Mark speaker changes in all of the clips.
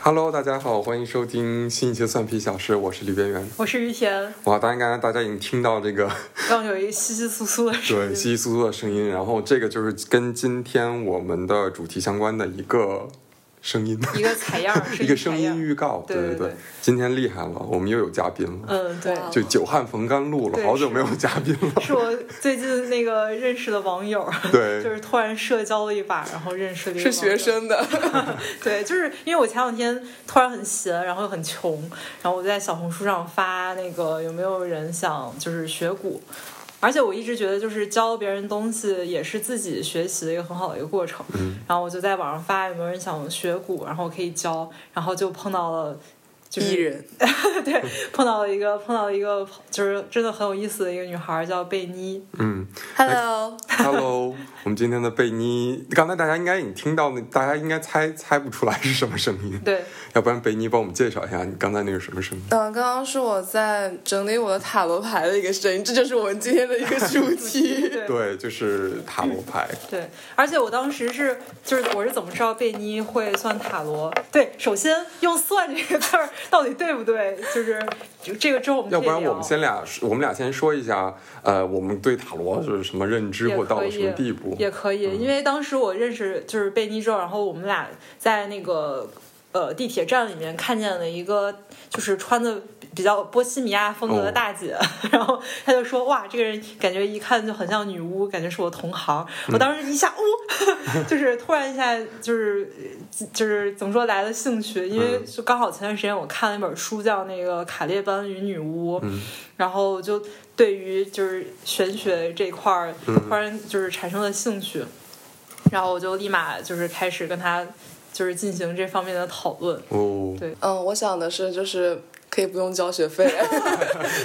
Speaker 1: Hello，大家好，欢迎收听新一期的《蒜皮小事》，我是李边缘。
Speaker 2: 我是于贤，
Speaker 1: 哇，当然刚才大家已经听到这 个
Speaker 2: 刚刚有一稀稀簌簌的声
Speaker 1: 对
Speaker 2: 音。
Speaker 1: 稀稀簌簌的声音，然后这个就是跟今天我们的主题相关的一个声音，
Speaker 2: 一个采样
Speaker 1: ，一个声音
Speaker 2: 是一
Speaker 1: 预告。
Speaker 2: 对
Speaker 1: 对
Speaker 2: 对
Speaker 1: 对
Speaker 2: 对，
Speaker 1: 今天厉害了，我们又有嘉宾了，
Speaker 2: 采样嗯，对，
Speaker 3: 哦
Speaker 1: 就久旱逢甘露了，
Speaker 2: 对
Speaker 1: 好久
Speaker 2: 是
Speaker 1: 没有嘉宾 了。
Speaker 2: 是我最近那个认识的网友，
Speaker 1: 对
Speaker 2: 就是突然社交了一把，然后认识了一个
Speaker 3: 是
Speaker 2: 网
Speaker 3: 学
Speaker 2: 友，
Speaker 3: 生的，
Speaker 2: 对，就是因为我前两天突然很闲，然后又很穷，然后我在小红书上发那个有没有人想就是学鼓。而且我一直觉得，就是教别人东西也是自己学习的一个很好的一个过程。
Speaker 1: 嗯
Speaker 2: 然后我就在网上发有没有人想学鼓，然后我可以教，然后就碰到了就是
Speaker 3: 艺人，
Speaker 2: 对，碰到了一个碰到了一个就是真的很有意思的一个女孩儿，叫贝妮。
Speaker 1: 嗯
Speaker 3: Hello，嗯
Speaker 1: ，Hello，我们今天的贝妮，刚才大家应该已经听到那，大家应该猜猜不出来是什么声音，
Speaker 2: 对，
Speaker 1: 要不然贝妮帮我们介绍一下你刚才那个什么声音？
Speaker 3: 嗯、刚刚是我在整理我的塔罗牌的一个声音，这就是我们今天的一个主 题。
Speaker 2: 对
Speaker 1: 对，就是塔罗牌。
Speaker 2: 对，而且我当时是就是我是怎么知道贝妮会算塔罗？对，首先用“算”这个字儿到底对不对？就是就这个之后我们
Speaker 1: 要不
Speaker 2: 可
Speaker 1: 然
Speaker 2: 以聊
Speaker 1: 我们先俩，我们俩先说一下，呃，我们对塔罗是什么认知，
Speaker 2: 也
Speaker 1: 或到
Speaker 2: 可
Speaker 1: 了什么
Speaker 2: 以
Speaker 1: 地步？嗯
Speaker 2: 也可以，因为当时我认识就是贝妮之后，然后我们俩在那个呃地铁站里面看见了一个就是穿的比较波西米亚风格
Speaker 1: 哦
Speaker 2: 的大姐， 然后她就说哇，这个人感觉一看就很像女巫，感觉是我同行。
Speaker 1: 嗯
Speaker 2: 我当时一下，呜、 就是突然一下就是就是怎么说来了兴趣，因为
Speaker 1: 嗯
Speaker 2: 就刚好前段时间我看了一本书叫那个《卡列班与女巫》，
Speaker 1: 嗯
Speaker 2: 然后就对于就是玄学这块儿
Speaker 1: 嗯
Speaker 2: 突然就是产生了兴趣，然后我就立马就是开始跟他就是进行这方面的讨论。
Speaker 1: 哦，
Speaker 2: 对
Speaker 3: 嗯，我想的是就是。可以不用交学 费，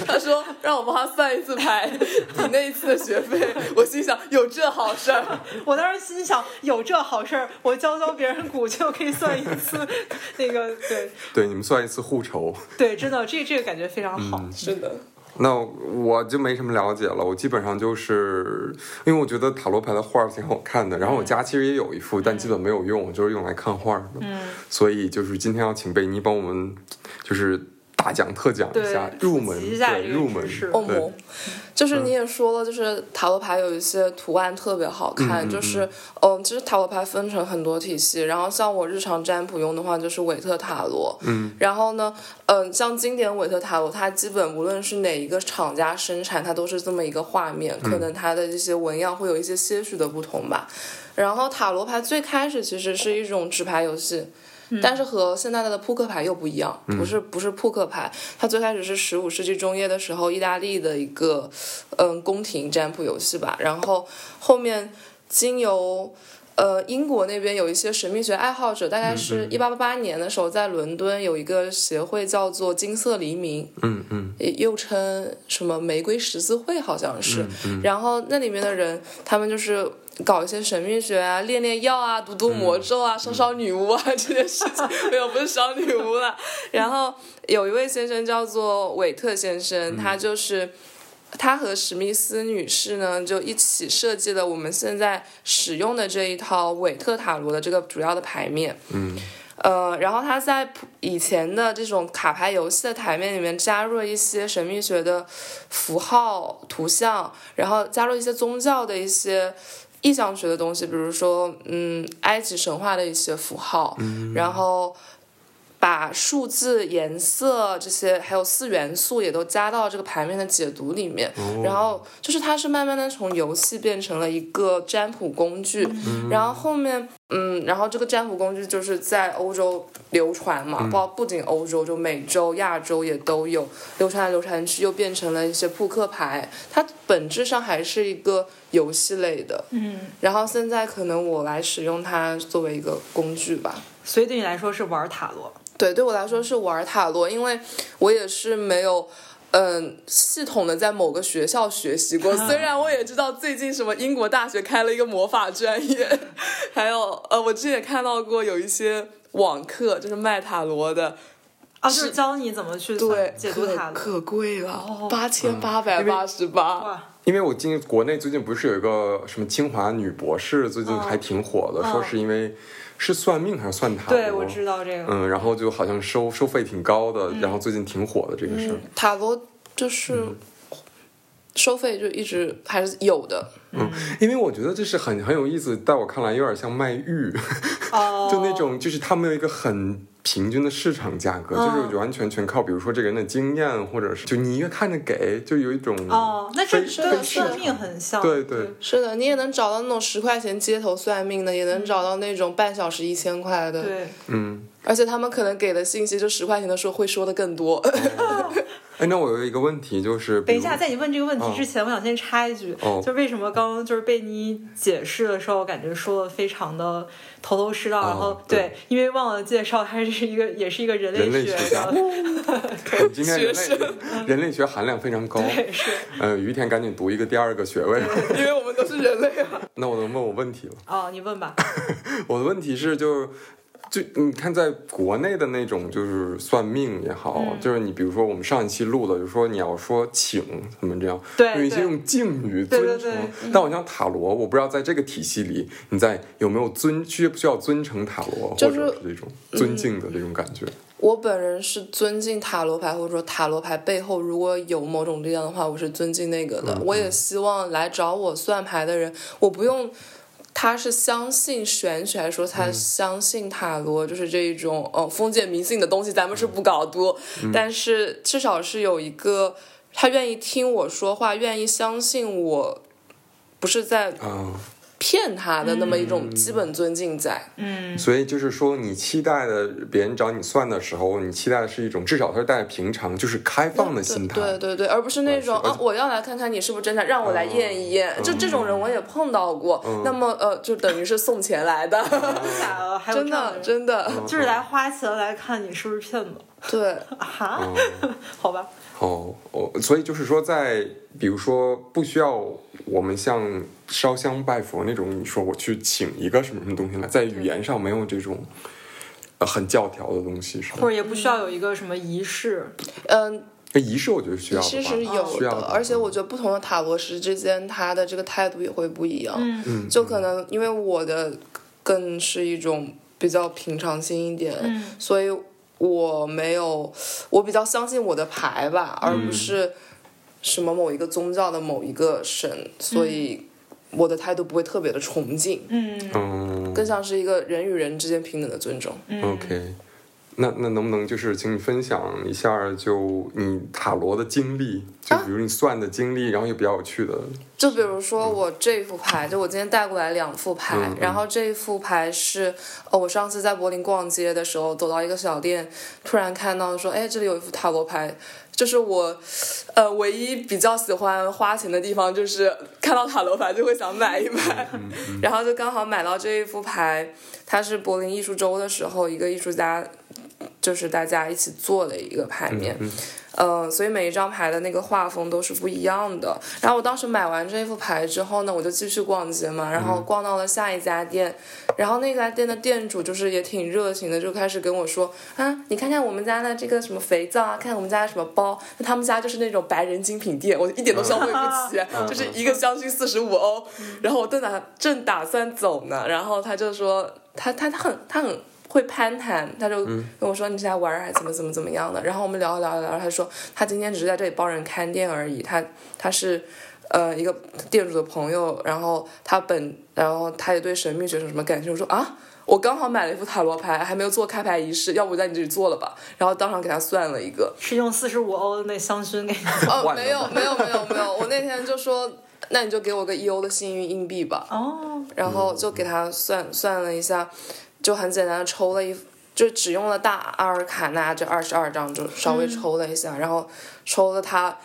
Speaker 3: 他说让我帮他算一次牌，抵那一次的学费。我心想有这好事儿，
Speaker 2: 我当时心想，有这好事儿，我教教别人股就可以算一次， 那个对
Speaker 1: 对，你们算一次互酬。
Speaker 2: 对，真的这这个感觉非常好。
Speaker 1: 嗯
Speaker 3: 是的，
Speaker 1: 那我就没什么了解了，我基本上就是因为我觉得塔罗牌的画儿挺好看的，然
Speaker 2: 嗯
Speaker 1: 后我家其实也有一副，但基本没有用，我就是用来看画儿的。
Speaker 2: 嗯，
Speaker 1: 所以就是今天要请贝妮帮我们，就是大讲特讲一
Speaker 2: 对
Speaker 1: 下，入门
Speaker 2: 普及一下
Speaker 1: 对
Speaker 2: 这个
Speaker 1: 入门
Speaker 2: 知识
Speaker 3: 欧
Speaker 1: 对嗯
Speaker 3: 盟，哦就是你也说了，就是塔罗牌有一些图案特别好
Speaker 1: 嗯
Speaker 3: 看，就是嗯，其实塔罗牌分成很多体系，然后像我日常占卜用的话，就是韦特塔罗，
Speaker 1: 嗯，
Speaker 3: 然后呢，嗯，像经典韦特塔罗，它基本无论是哪一个厂家生产，它都是这么一个画面，可
Speaker 1: 嗯
Speaker 3: 能它的这些纹样会有一些些许的不同吧。然后塔罗牌最开始其实是一种纸牌游戏。但是和现在的扑克牌又不一样，不是不是扑克牌，它最开始是十五世纪中叶的时候，意大利的一个嗯宫廷占卜游戏吧，然后后面经由呃，英国那边有一些神秘学爱好者，大概是一八八八年的时候，在伦敦有一个协会叫做金色黎明，
Speaker 1: 嗯嗯嗯
Speaker 3: 也又称什么玫瑰十字会，好像是。然后那里面的人，他们就是搞一些神秘学啊，练练药啊，读读魔咒啊，烧烧女巫啊这件事情，没有，不是烧女巫 啦。然后有一位先生叫做韦特先
Speaker 1: 嗯
Speaker 3: 生，他就是。他和史密斯女士呢，就一起设计了我们现在使用的这一套韦特塔罗的这个主要的牌面。
Speaker 1: 嗯，
Speaker 3: 呃，然后他在普以前的这种卡牌游戏的台面里面加入了一些神秘学的符号、图像，然后加入一些宗教的一些意象学的东西，比如说，嗯，埃及神话的一些符号，然后把数字、颜色这些还有四元素也都加到这个牌面的解读里面，然后就是它是慢慢的从游戏变成了一个占卜工具，然后后面嗯，然后这个占卜工具就是在欧洲流传嘛，包不仅欧洲，就美洲、亚洲也都有流传来流传去，又变成了一些扑克牌，它本质上还是一个游戏类的，
Speaker 2: 嗯，
Speaker 3: 然后现在可能我来使用它作为一个工具吧，
Speaker 2: 所以对你来说是玩塔罗，
Speaker 3: 对，对我来说是玩塔罗，因为我也是没有。嗯，系统的在某个学校学习 过，虽然我也知道最近什么英国大学开了一个魔法专业， 还有呃，我之前也看到过有一些网课，就是卖塔罗的，
Speaker 2: 哦，就是教你怎么去
Speaker 3: 对，
Speaker 2: 解读塔
Speaker 3: 可
Speaker 2: 罗。
Speaker 3: 可贵了，八千八百八十八。
Speaker 2: 哇，
Speaker 1: 因为我进国内最近不是有一个什么清华女博士，最近还挺火的，
Speaker 2: 嗯
Speaker 1: 说是因为是算命还是算塔罗？
Speaker 2: 对，我知道这个。嗯
Speaker 1: 嗯，然后就好像收收费挺高的，然后最近挺火的这个事儿。
Speaker 3: 塔罗就是收费就一直还是有的，
Speaker 1: 嗯，因为我觉得这是很很有意思，在我看来有点像卖玉，
Speaker 2: 哦，
Speaker 1: 就那种就是他们有一个很平均的市场价格，
Speaker 2: 嗯
Speaker 1: 就是完全全靠比如说这个人的经验，或者是就你越看着给，就有一种
Speaker 2: 哦，那这
Speaker 1: 非
Speaker 3: 的
Speaker 2: 跟
Speaker 1: 非
Speaker 3: 是的
Speaker 2: 算命很像。
Speaker 1: 对对，
Speaker 3: 是的，你也能找到那种十块钱街头算命的，也能找到那种半小时一千块的，
Speaker 2: 对，
Speaker 1: 嗯。
Speaker 3: 而且他们可能给的信息就十块钱的时候会说的更多。
Speaker 1: 哎，那我有一个问题就是，比
Speaker 2: 等
Speaker 1: 如嗯
Speaker 2: 一下，在你问这个问题之前，我想先插一句，
Speaker 1: 哦
Speaker 2: 就为什么刚刚就是被你解释的时候，感觉说的非常的头头是道，然后
Speaker 1: 嗯对
Speaker 2: 对，因为忘了介绍，他是一个也是一个人
Speaker 1: 人类
Speaker 2: 学
Speaker 1: 学家
Speaker 2: 的，
Speaker 1: 我们今天人
Speaker 3: 学
Speaker 1: 类 人类学含量非常高。
Speaker 2: 对是
Speaker 1: 呃，于田赶紧读一个第二个学位。
Speaker 3: 因为我们都是人类啊。
Speaker 1: 那我能问我问题了？
Speaker 2: 哦，你问 吧，
Speaker 1: 我的问题是就。就你看，在国内的那种就是算命也好，
Speaker 2: 嗯
Speaker 1: 就是你比如说我们上一期录的，就说你要说请怎么这样，
Speaker 2: 对
Speaker 1: 有一些
Speaker 2: 对
Speaker 1: 用敬语
Speaker 2: 对对嗯
Speaker 1: 尊称
Speaker 2: 对。
Speaker 1: 但我像塔罗，我不知道在这个体系里，你在有没有尊需不需要尊称塔罗，
Speaker 3: 就
Speaker 1: 或者
Speaker 3: 是
Speaker 1: 是这种
Speaker 2: 嗯
Speaker 1: 尊敬的这种感觉？
Speaker 3: 我本人是尊敬塔罗牌，或者说塔罗牌背后如果有某种力量的话，我是尊敬那个的。我也希望来找我算牌的人，我不用他是相信玄学，还是说他相信塔罗，就是这一种呃封建迷信的东西，咱们是不搞多，但是至少是有一个他愿意听我说话，愿意相信我，不是在
Speaker 1: 啊、
Speaker 3: 骗他的那么一种基本尊敬在。
Speaker 2: 嗯，
Speaker 1: 所以就是说，你期待的别人找你算的时候，你期待的是一种至少他是带着平常，就是开放的心态。
Speaker 3: 对对对，而不是那种
Speaker 1: 是而
Speaker 3: 啊，我要来看看你是不是真的，让我来验一验。就这种人我也碰到过，那么呃，就等于是送钱来的，
Speaker 2: 真假的 还有
Speaker 3: 真
Speaker 2: 这样
Speaker 3: 的
Speaker 2: 人
Speaker 3: 真的，
Speaker 1: 嗯
Speaker 2: 就是来花钱来看你是不是骗子
Speaker 3: 对，
Speaker 2: 啊哈，
Speaker 1: 嗯
Speaker 2: 好吧，
Speaker 1: 哦，哦，所以就是说在，比如说不需要我们像烧香拜佛那种，你说我去请一个什么什么东西来，在语言上没有这种呃很教条的东西，是
Speaker 2: 或
Speaker 1: 吧
Speaker 2: 者？也不需要有一个什么仪式，
Speaker 3: 嗯，
Speaker 1: 那仪式我觉得需要
Speaker 3: 其
Speaker 1: 的吧，
Speaker 3: 实有
Speaker 1: 啊需要
Speaker 3: 的，
Speaker 1: 的吧，嗯
Speaker 3: 而且我觉得不同的塔罗师之间，他的这个态度也会不一样。
Speaker 1: 嗯
Speaker 3: 就可能因为我的更是一种比较平常心一点，
Speaker 2: 嗯
Speaker 3: 所以我没有，我比较相信我的牌吧，而
Speaker 1: 嗯
Speaker 3: 不是什么某一个宗教的某一个神，
Speaker 1: 嗯
Speaker 3: 所以我的态度不会特别的崇敬，
Speaker 2: 嗯
Speaker 1: 嗯
Speaker 3: 更像是一个人与人之间平等的尊重。
Speaker 2: 嗯
Speaker 1: OK。那那能不能就是请你分享一下，就你塔罗的经历，就
Speaker 2: 啊
Speaker 1: 比如你算的经历，然后也比较有趣的，
Speaker 3: 就比如说我这一副牌，就我今天带过来两副牌，然后这一副牌是，呃，我上次在柏林逛街的时候，走到一个小店，突然看到说，哎，这里有一副塔罗牌，就是我，呃，唯一比较喜欢花钱的地方就是看到塔罗牌就会想买一买， 然后就刚好买到这一副牌，它是柏林艺术周的时候一个艺术家，就是大家一起做的一个牌面，呃，所以每一张牌的那个画风都是不一样的。然后我当时买完这副牌之后呢，我就继续逛街嘛，然后逛到了下一家店，然后那家店的店主就是也挺热情的，就开始跟我说啊，你看看我们家的这个什么肥皂啊，看我们家的什么包，那他们家就是那种白人精品店，我一点都消费不起， 就是一个香薰四十五欧。然后我正打正打算走呢，然后他就说他他他很他很会攀谈，他就跟我说你是来玩儿还是啊怎么怎么怎么样的。然后我们聊啊一聊一聊，他说他今天只是在这里帮人看店而已，他他是呃一个店主的朋友，然后他本然后他也对神秘学有什么感兴趣，我说啊。我刚好买了一副塔罗牌，还没有做开牌仪式，要不我在你这里做了吧？然后当场给他算了一个，
Speaker 2: 是用四十五欧的那香薰给你，
Speaker 3: 哦，
Speaker 1: 万
Speaker 3: 没有没有没有没有，我那天就说，那你就给我个一 E 欧的幸运硬币吧。
Speaker 2: 哦，
Speaker 3: 然后就给他算算了一下，就很简单的抽了一，就只用了大阿尔卡纳这二十二张，就稍微抽了一下，然后抽了他，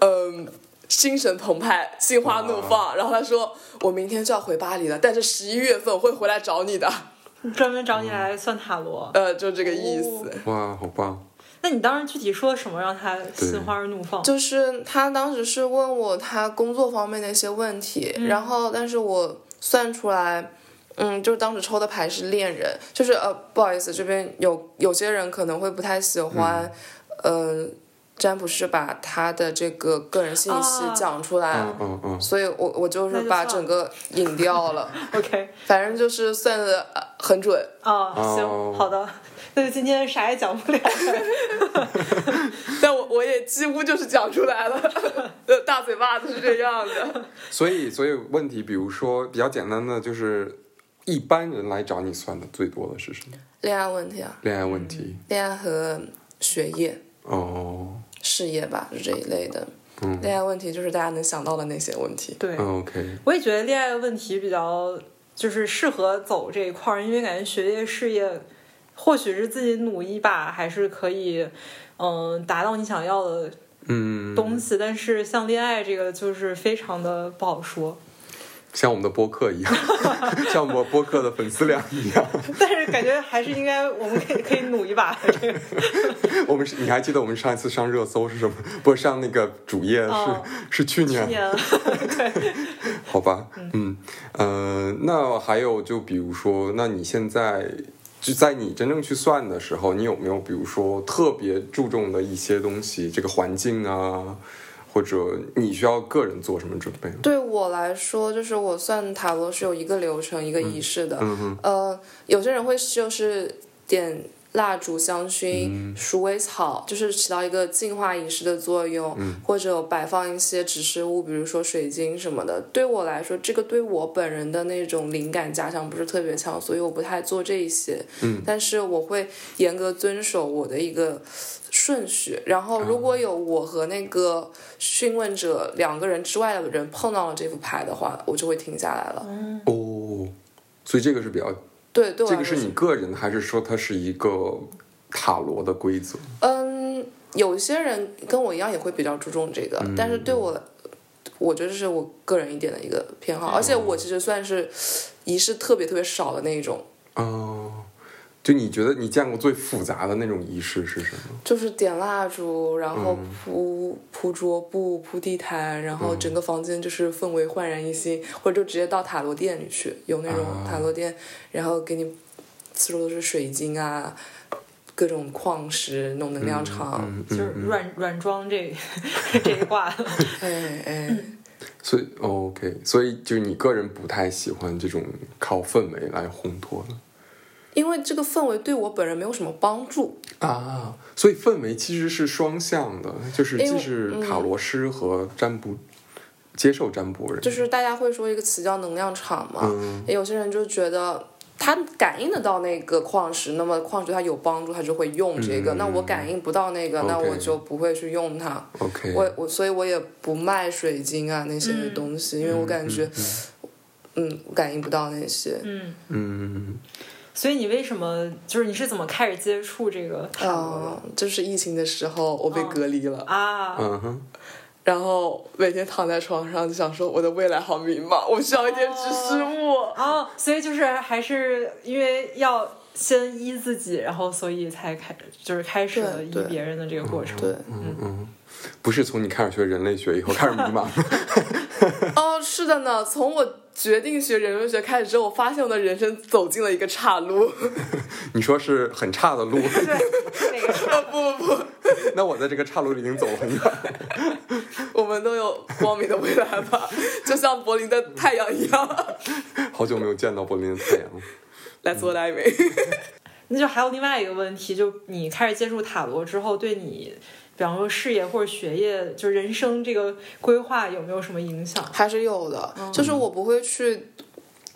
Speaker 3: 嗯、心神澎湃，心花怒放。然后他说：“我明天就要回巴黎了，但是十一月份我会回来找你的。
Speaker 2: 专门找你来算塔罗”，
Speaker 1: 嗯
Speaker 3: 呃，就这个意思。
Speaker 2: 哦
Speaker 1: 哇，好棒！
Speaker 2: 那你当时具体说什么让他心花怒放？
Speaker 3: 就是他当时是嗯问我他工作方面的一些问题，然后但是我算出来，嗯，就是当时抽的牌是恋人，就是呃，不好意思，这边有有些人可能会不太喜欢，呃，占卜师把他的这个个人信息
Speaker 2: 啊
Speaker 3: 讲出来，
Speaker 1: 嗯嗯嗯，
Speaker 3: 所以我我哦就是
Speaker 2: 那就
Speaker 3: 把
Speaker 2: 算
Speaker 3: 整个引掉了，
Speaker 2: OK，
Speaker 3: 反正就是算的很准。
Speaker 2: 哦，行，好的， 那就今天啥也讲不了。
Speaker 3: 但我我也几乎就是讲出来了， 呃大嘴巴子是这样的。
Speaker 1: 所以所以问题，比如说比较简单的，就是一般人来找你算的最多的是什么？
Speaker 3: 恋爱问题啊，
Speaker 1: 恋爱问题。
Speaker 3: 恋爱和学业、
Speaker 2: 嗯
Speaker 1: 哦
Speaker 3: 事业吧，是这一类的。
Speaker 1: 嗯
Speaker 3: 恋爱问题就是大家能想到的那些问题。
Speaker 2: 对，
Speaker 1: ，OK，
Speaker 2: 我也觉得恋爱问题比较就是适合走这一块儿，因为感觉学业事业，或许是自己努一把，还是可以，嗯，达到你想要的
Speaker 1: 嗯，
Speaker 2: 东西。但是像恋爱这个，就是非常的不好说。
Speaker 1: 像我们的播客一样， 像我播客的粉丝量一样。
Speaker 2: 但是感觉还是应该，我们可以可以努一把。这个
Speaker 1: 我们是你还记得我们上一次上热搜是什么？不是上那个主页是、
Speaker 2: 哦
Speaker 1: 是去年，
Speaker 2: 年，
Speaker 1: 好吧？嗯呃，那还有就比如说，那你现在就在你真正去算的时候，你有没有比如说特别注重的一些东西，这个环境啊，或者你需要个人做什么准备吗？
Speaker 3: 对我来说，就是我算塔罗是有一个流程、一个仪式的。
Speaker 1: 嗯哼，
Speaker 3: 呃，有些人会就是点蜡烛、香
Speaker 1: 嗯
Speaker 3: 薰、鼠尾草，就是起到一个净化仪式的作用，
Speaker 1: 嗯
Speaker 3: 或者有摆放一些指示物，比如说水晶什么的。对我来说，这个对我本人的那种灵感加强不是特别强，所以我不太做这一些。嗯，但是我会严格遵守我的一个顺序。然后，如
Speaker 1: 哦
Speaker 3: 果有我和那个询问者两个人之外的人碰到了这副牌的话，我就会停下来
Speaker 2: 嗯
Speaker 3: 了。
Speaker 1: 哦，所以这个是比较，
Speaker 3: 对，对我
Speaker 1: 这
Speaker 3: 来
Speaker 1: 个
Speaker 3: 说
Speaker 1: 啊是你个人的，还是说它是一个塔罗的规则？
Speaker 3: 嗯，有些人跟我一样也会比较注重这个，但是对我，我觉得这是我个人一点的一个偏
Speaker 1: 嗯
Speaker 3: 好，而且我其实算是仪式特别特别少的那一种，
Speaker 1: 哦，就你觉得你见过最复杂的那种仪式是什么？
Speaker 3: 就是点蜡烛，然后
Speaker 1: 嗯
Speaker 3: 铺、铺桌布、铺地毯，然后整个房间就是氛围焕然一新，或者就直接到塔罗店里去，有那种
Speaker 1: 啊
Speaker 3: 塔罗店，然后给你四处都是水晶啊，各种矿石、那种能量场，
Speaker 1: 嗯
Speaker 2: 就是
Speaker 1: 嗯，
Speaker 2: 软软装这 这一挂。
Speaker 3: 哎哎，
Speaker 1: 所以哦 OK，所以就你个人不太喜欢这种靠氛围来烘托的
Speaker 3: 因为这个氛围对我本人没有什么帮助。
Speaker 1: 啊。所以氛围其实是双向的，就是
Speaker 3: 因为嗯
Speaker 1: 既是塔罗师和占卜、接受占卜人，
Speaker 3: 就是大家会说一个词叫能量场嘛，
Speaker 1: 嗯
Speaker 3: 有些人就觉得他感应得到那个矿石，那么矿石它有帮助，他就会用这个。
Speaker 1: 嗯
Speaker 3: 那我感应不到那个，
Speaker 1: OK
Speaker 3: 那我就不会去用它。
Speaker 1: OK，
Speaker 3: 我我所以我也不卖水晶啊那些的东西，因为我感觉，嗯我感应不到那些。
Speaker 2: 嗯，
Speaker 1: 嗯，
Speaker 2: 所以你为什么就是你是怎么开始接触这个塔罗的
Speaker 3: 啊、就是疫情的时候，我被
Speaker 2: 哦
Speaker 3: 隔离了，
Speaker 2: 啊？
Speaker 1: 嗯哼，
Speaker 3: 然后每天躺在床上就想说，我的未来好迷茫，我需要一点指示物。
Speaker 2: 哦，所以就是还是因为要先依自己，然后所以才开就是开始了
Speaker 3: 对
Speaker 2: 依
Speaker 3: 对
Speaker 2: 别人的这个过程。
Speaker 3: 对，
Speaker 1: 嗯嗯，不是从你开始学人类学以后开始迷茫的，
Speaker 3: 哦，是的呢。从我决定学人类学开始之后，我发现我的人生走进了一个岔路。
Speaker 1: 你说是很岔 的路，
Speaker 2: 对，那个是
Speaker 3: 啊不不不，
Speaker 1: 那我在这个岔路里已经走了很远。
Speaker 3: 我们都有光明的未来吧， 就像柏林的太阳一样。
Speaker 1: 好久没有见到柏林的太阳了。
Speaker 3: 来自我的爱美。
Speaker 2: 那就还有另外一个问题，就你开始接触塔罗之后，对你，比方说事业或者学业，就人生这个规划有没有什么影响？
Speaker 3: 还是有的，就是我不会去。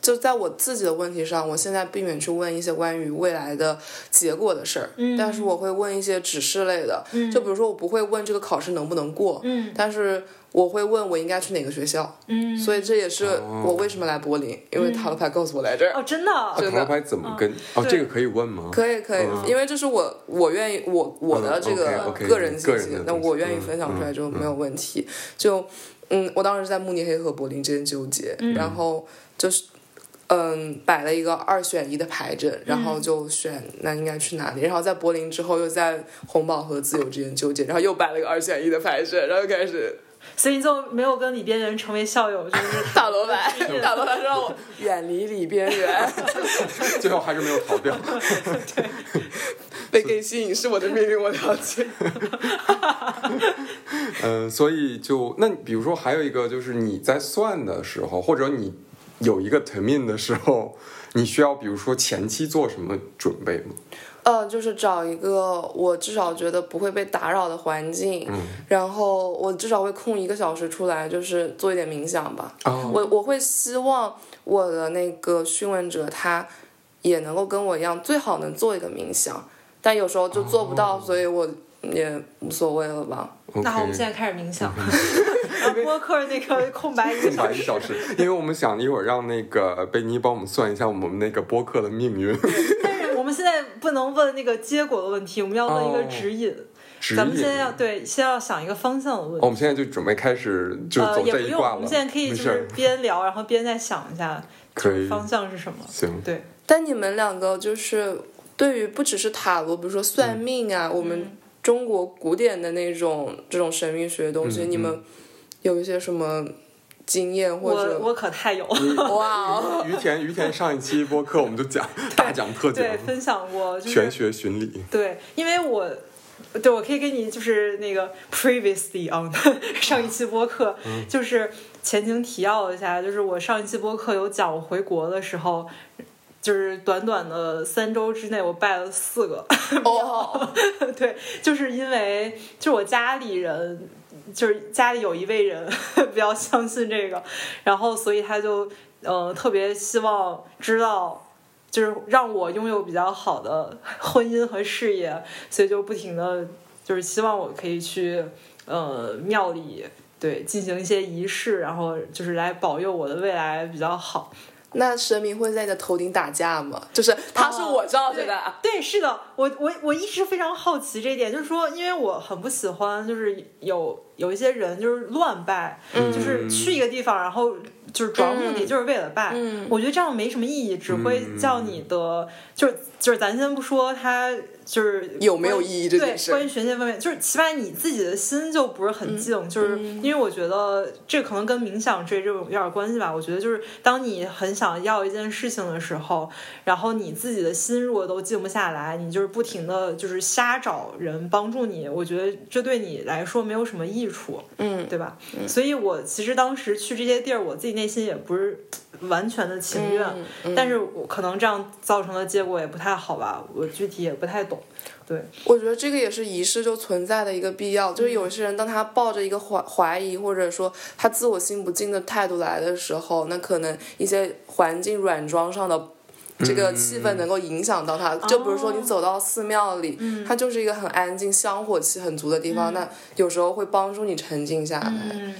Speaker 3: 就在我自己的问题上，我现在避免去问一些关于未来的结果的事儿，但是我会问一些指示类的，就比如说我不会问这个考试能不能过，
Speaker 2: 嗯
Speaker 3: 但是我会问我应该去哪个学校，
Speaker 2: 嗯
Speaker 3: 所以这也是我为什么来柏林，因为塔罗牌告诉我来这儿，
Speaker 2: 哦，真的，
Speaker 3: 真的
Speaker 1: 塔罗牌怎么跟？哦，
Speaker 2: 对
Speaker 1: 这个可以问吗？
Speaker 3: 嗯可以可以，因为这是我我愿意我我的这个
Speaker 1: OK，OK，
Speaker 3: 嗯个人信
Speaker 1: 个人
Speaker 3: 息嗯
Speaker 1: 的，
Speaker 3: 那
Speaker 1: 东西
Speaker 3: 我愿意分享出来就没有问题。就嗯，我当时在慕尼黑和柏林之间纠结，然后就是嗯摆了一个二选一的牌阵，然后就选那应该去哪里。然后在柏林之后又在红堡和自由之间纠结，然后又摆了一个二选一的牌阵，然后又开始
Speaker 2: 所以就没有跟李边缘成为校友，就是
Speaker 3: 大老板，大老板让我远离里边缘，
Speaker 1: 最后还是没有逃掉。
Speaker 3: 被 gay 吸引是我的命运，我了解。
Speaker 1: 嗯，所以就那比如说还有一个就是你在算的时候，或者你有一个 termin 的时候，你需要比如说前期做什么准备吗？
Speaker 3: 呃，就是找一个我至少觉得不会被打扰的环境，然后我至少会空一个小时出来，就是做一点冥想吧。
Speaker 1: 哦
Speaker 3: 我我会希望我的那个询问者他也能够跟我一样，最好能做一个冥想，但有时候就做不到，所以我也无所谓了吧。
Speaker 1: ，OK，
Speaker 2: 那好，我们现在开始冥想，
Speaker 3: 嗯
Speaker 2: 然后播客那个空白一个
Speaker 1: 空
Speaker 2: 小
Speaker 1: 白一
Speaker 2: 时。
Speaker 1: 小时，因为我们想一会儿让那个贝妮帮我们算一下我们那个播客的命 运。
Speaker 2: 但是我们现在不能问那个结果的问题，我们要问一个
Speaker 1: 哦
Speaker 2: 指引。
Speaker 1: 指
Speaker 2: 咱们
Speaker 1: 引
Speaker 2: 现在要对，先要想一个方向的问
Speaker 1: 哦我
Speaker 2: 题。
Speaker 1: 们现在就准备开始就
Speaker 2: 呃，
Speaker 1: 走
Speaker 2: 也不
Speaker 1: 这一
Speaker 2: 用，
Speaker 1: 卦
Speaker 2: 我
Speaker 1: 了。
Speaker 2: 们现在可以
Speaker 1: 没
Speaker 2: 就
Speaker 1: 事
Speaker 2: 是
Speaker 1: 儿，
Speaker 2: 边聊，然后边再想一下
Speaker 1: 可以
Speaker 2: 方向是什么。
Speaker 1: 行，
Speaker 2: 对，
Speaker 3: 但你们两个就是对于不只是塔罗，比如说算
Speaker 1: 嗯
Speaker 3: 命啊，我们
Speaker 2: 嗯
Speaker 3: 中国古典的那种这种神秘学的东西，
Speaker 1: 嗯嗯
Speaker 3: 你们有一些什么经验或
Speaker 2: 我
Speaker 3: 者？
Speaker 2: 我可太有了。
Speaker 3: 哇哦！
Speaker 1: 于田于田上一期播客我们就讲大讲特讲
Speaker 2: 对，分享过就是
Speaker 1: 玄学巡礼。
Speaker 2: 对，因为我。对，我可以跟你就是那个 previously on 上一期播客，
Speaker 1: 嗯
Speaker 2: 就是前情提要一下，就是我上一期播客有讲我回国的时候，就是短短的三周之内，我拜了四个，
Speaker 3: 哦，
Speaker 2: 对，就是因为就是我家里人，就是家里有一位人 比较相信这个，然后所以他就呃特别希望知道。就是让我拥有比较好的 婚姻和事业，所以就不停的，就是希望我可以去呃庙里对进行一些仪式，然后就是来保佑我的未来比较好。
Speaker 3: 那神明会在你的头顶打架吗？就是他是我罩着的，
Speaker 2: 对，是的，我我我一直非常好奇这一点，就是说，因为我很不喜欢，就是有有一些人就是乱拜，就是去一个地方，然后就是主要目的就是为了拜，
Speaker 3: 嗯嗯
Speaker 2: 我觉得这样没什么意义，只会叫你的，就是就是咱先不说他就是
Speaker 3: 有没有
Speaker 2: 关于
Speaker 3: 意义这件
Speaker 2: 对
Speaker 3: 事嗯
Speaker 2: 关于玄学方面，就是起码你自己的心就不是很静，就是因为我觉得这可能跟冥想这这种有点关系吧。我觉得就是当你很想要一件事情的时候，然后你自己的心如果都静不下来，你就是不停的就是瞎找人帮助你，我觉得这对你来说没有什么益处，
Speaker 3: 嗯
Speaker 2: 对吧？所以我其实当时去这些地儿，我自己内心也不是完全的情愿，
Speaker 3: 嗯嗯
Speaker 2: 但是我可能这样造成的结果也不太好吧，我具体也不太懂。对，
Speaker 3: 我觉得这个也是仪式就存在的一个必要，就是
Speaker 2: 嗯
Speaker 3: 有些人当他抱着一个怀怀疑或者说他自我心不静的态度来的时候，那可能一些环境软装上的。这
Speaker 2: 嗯
Speaker 3: 个气氛能够影响到他，就比如
Speaker 2: 哦
Speaker 3: 说你走到寺庙里，
Speaker 2: 嗯
Speaker 3: 它就是一个很安静、香火气很足的地方，那有时候会帮助你沉静下来。
Speaker 2: 嗯。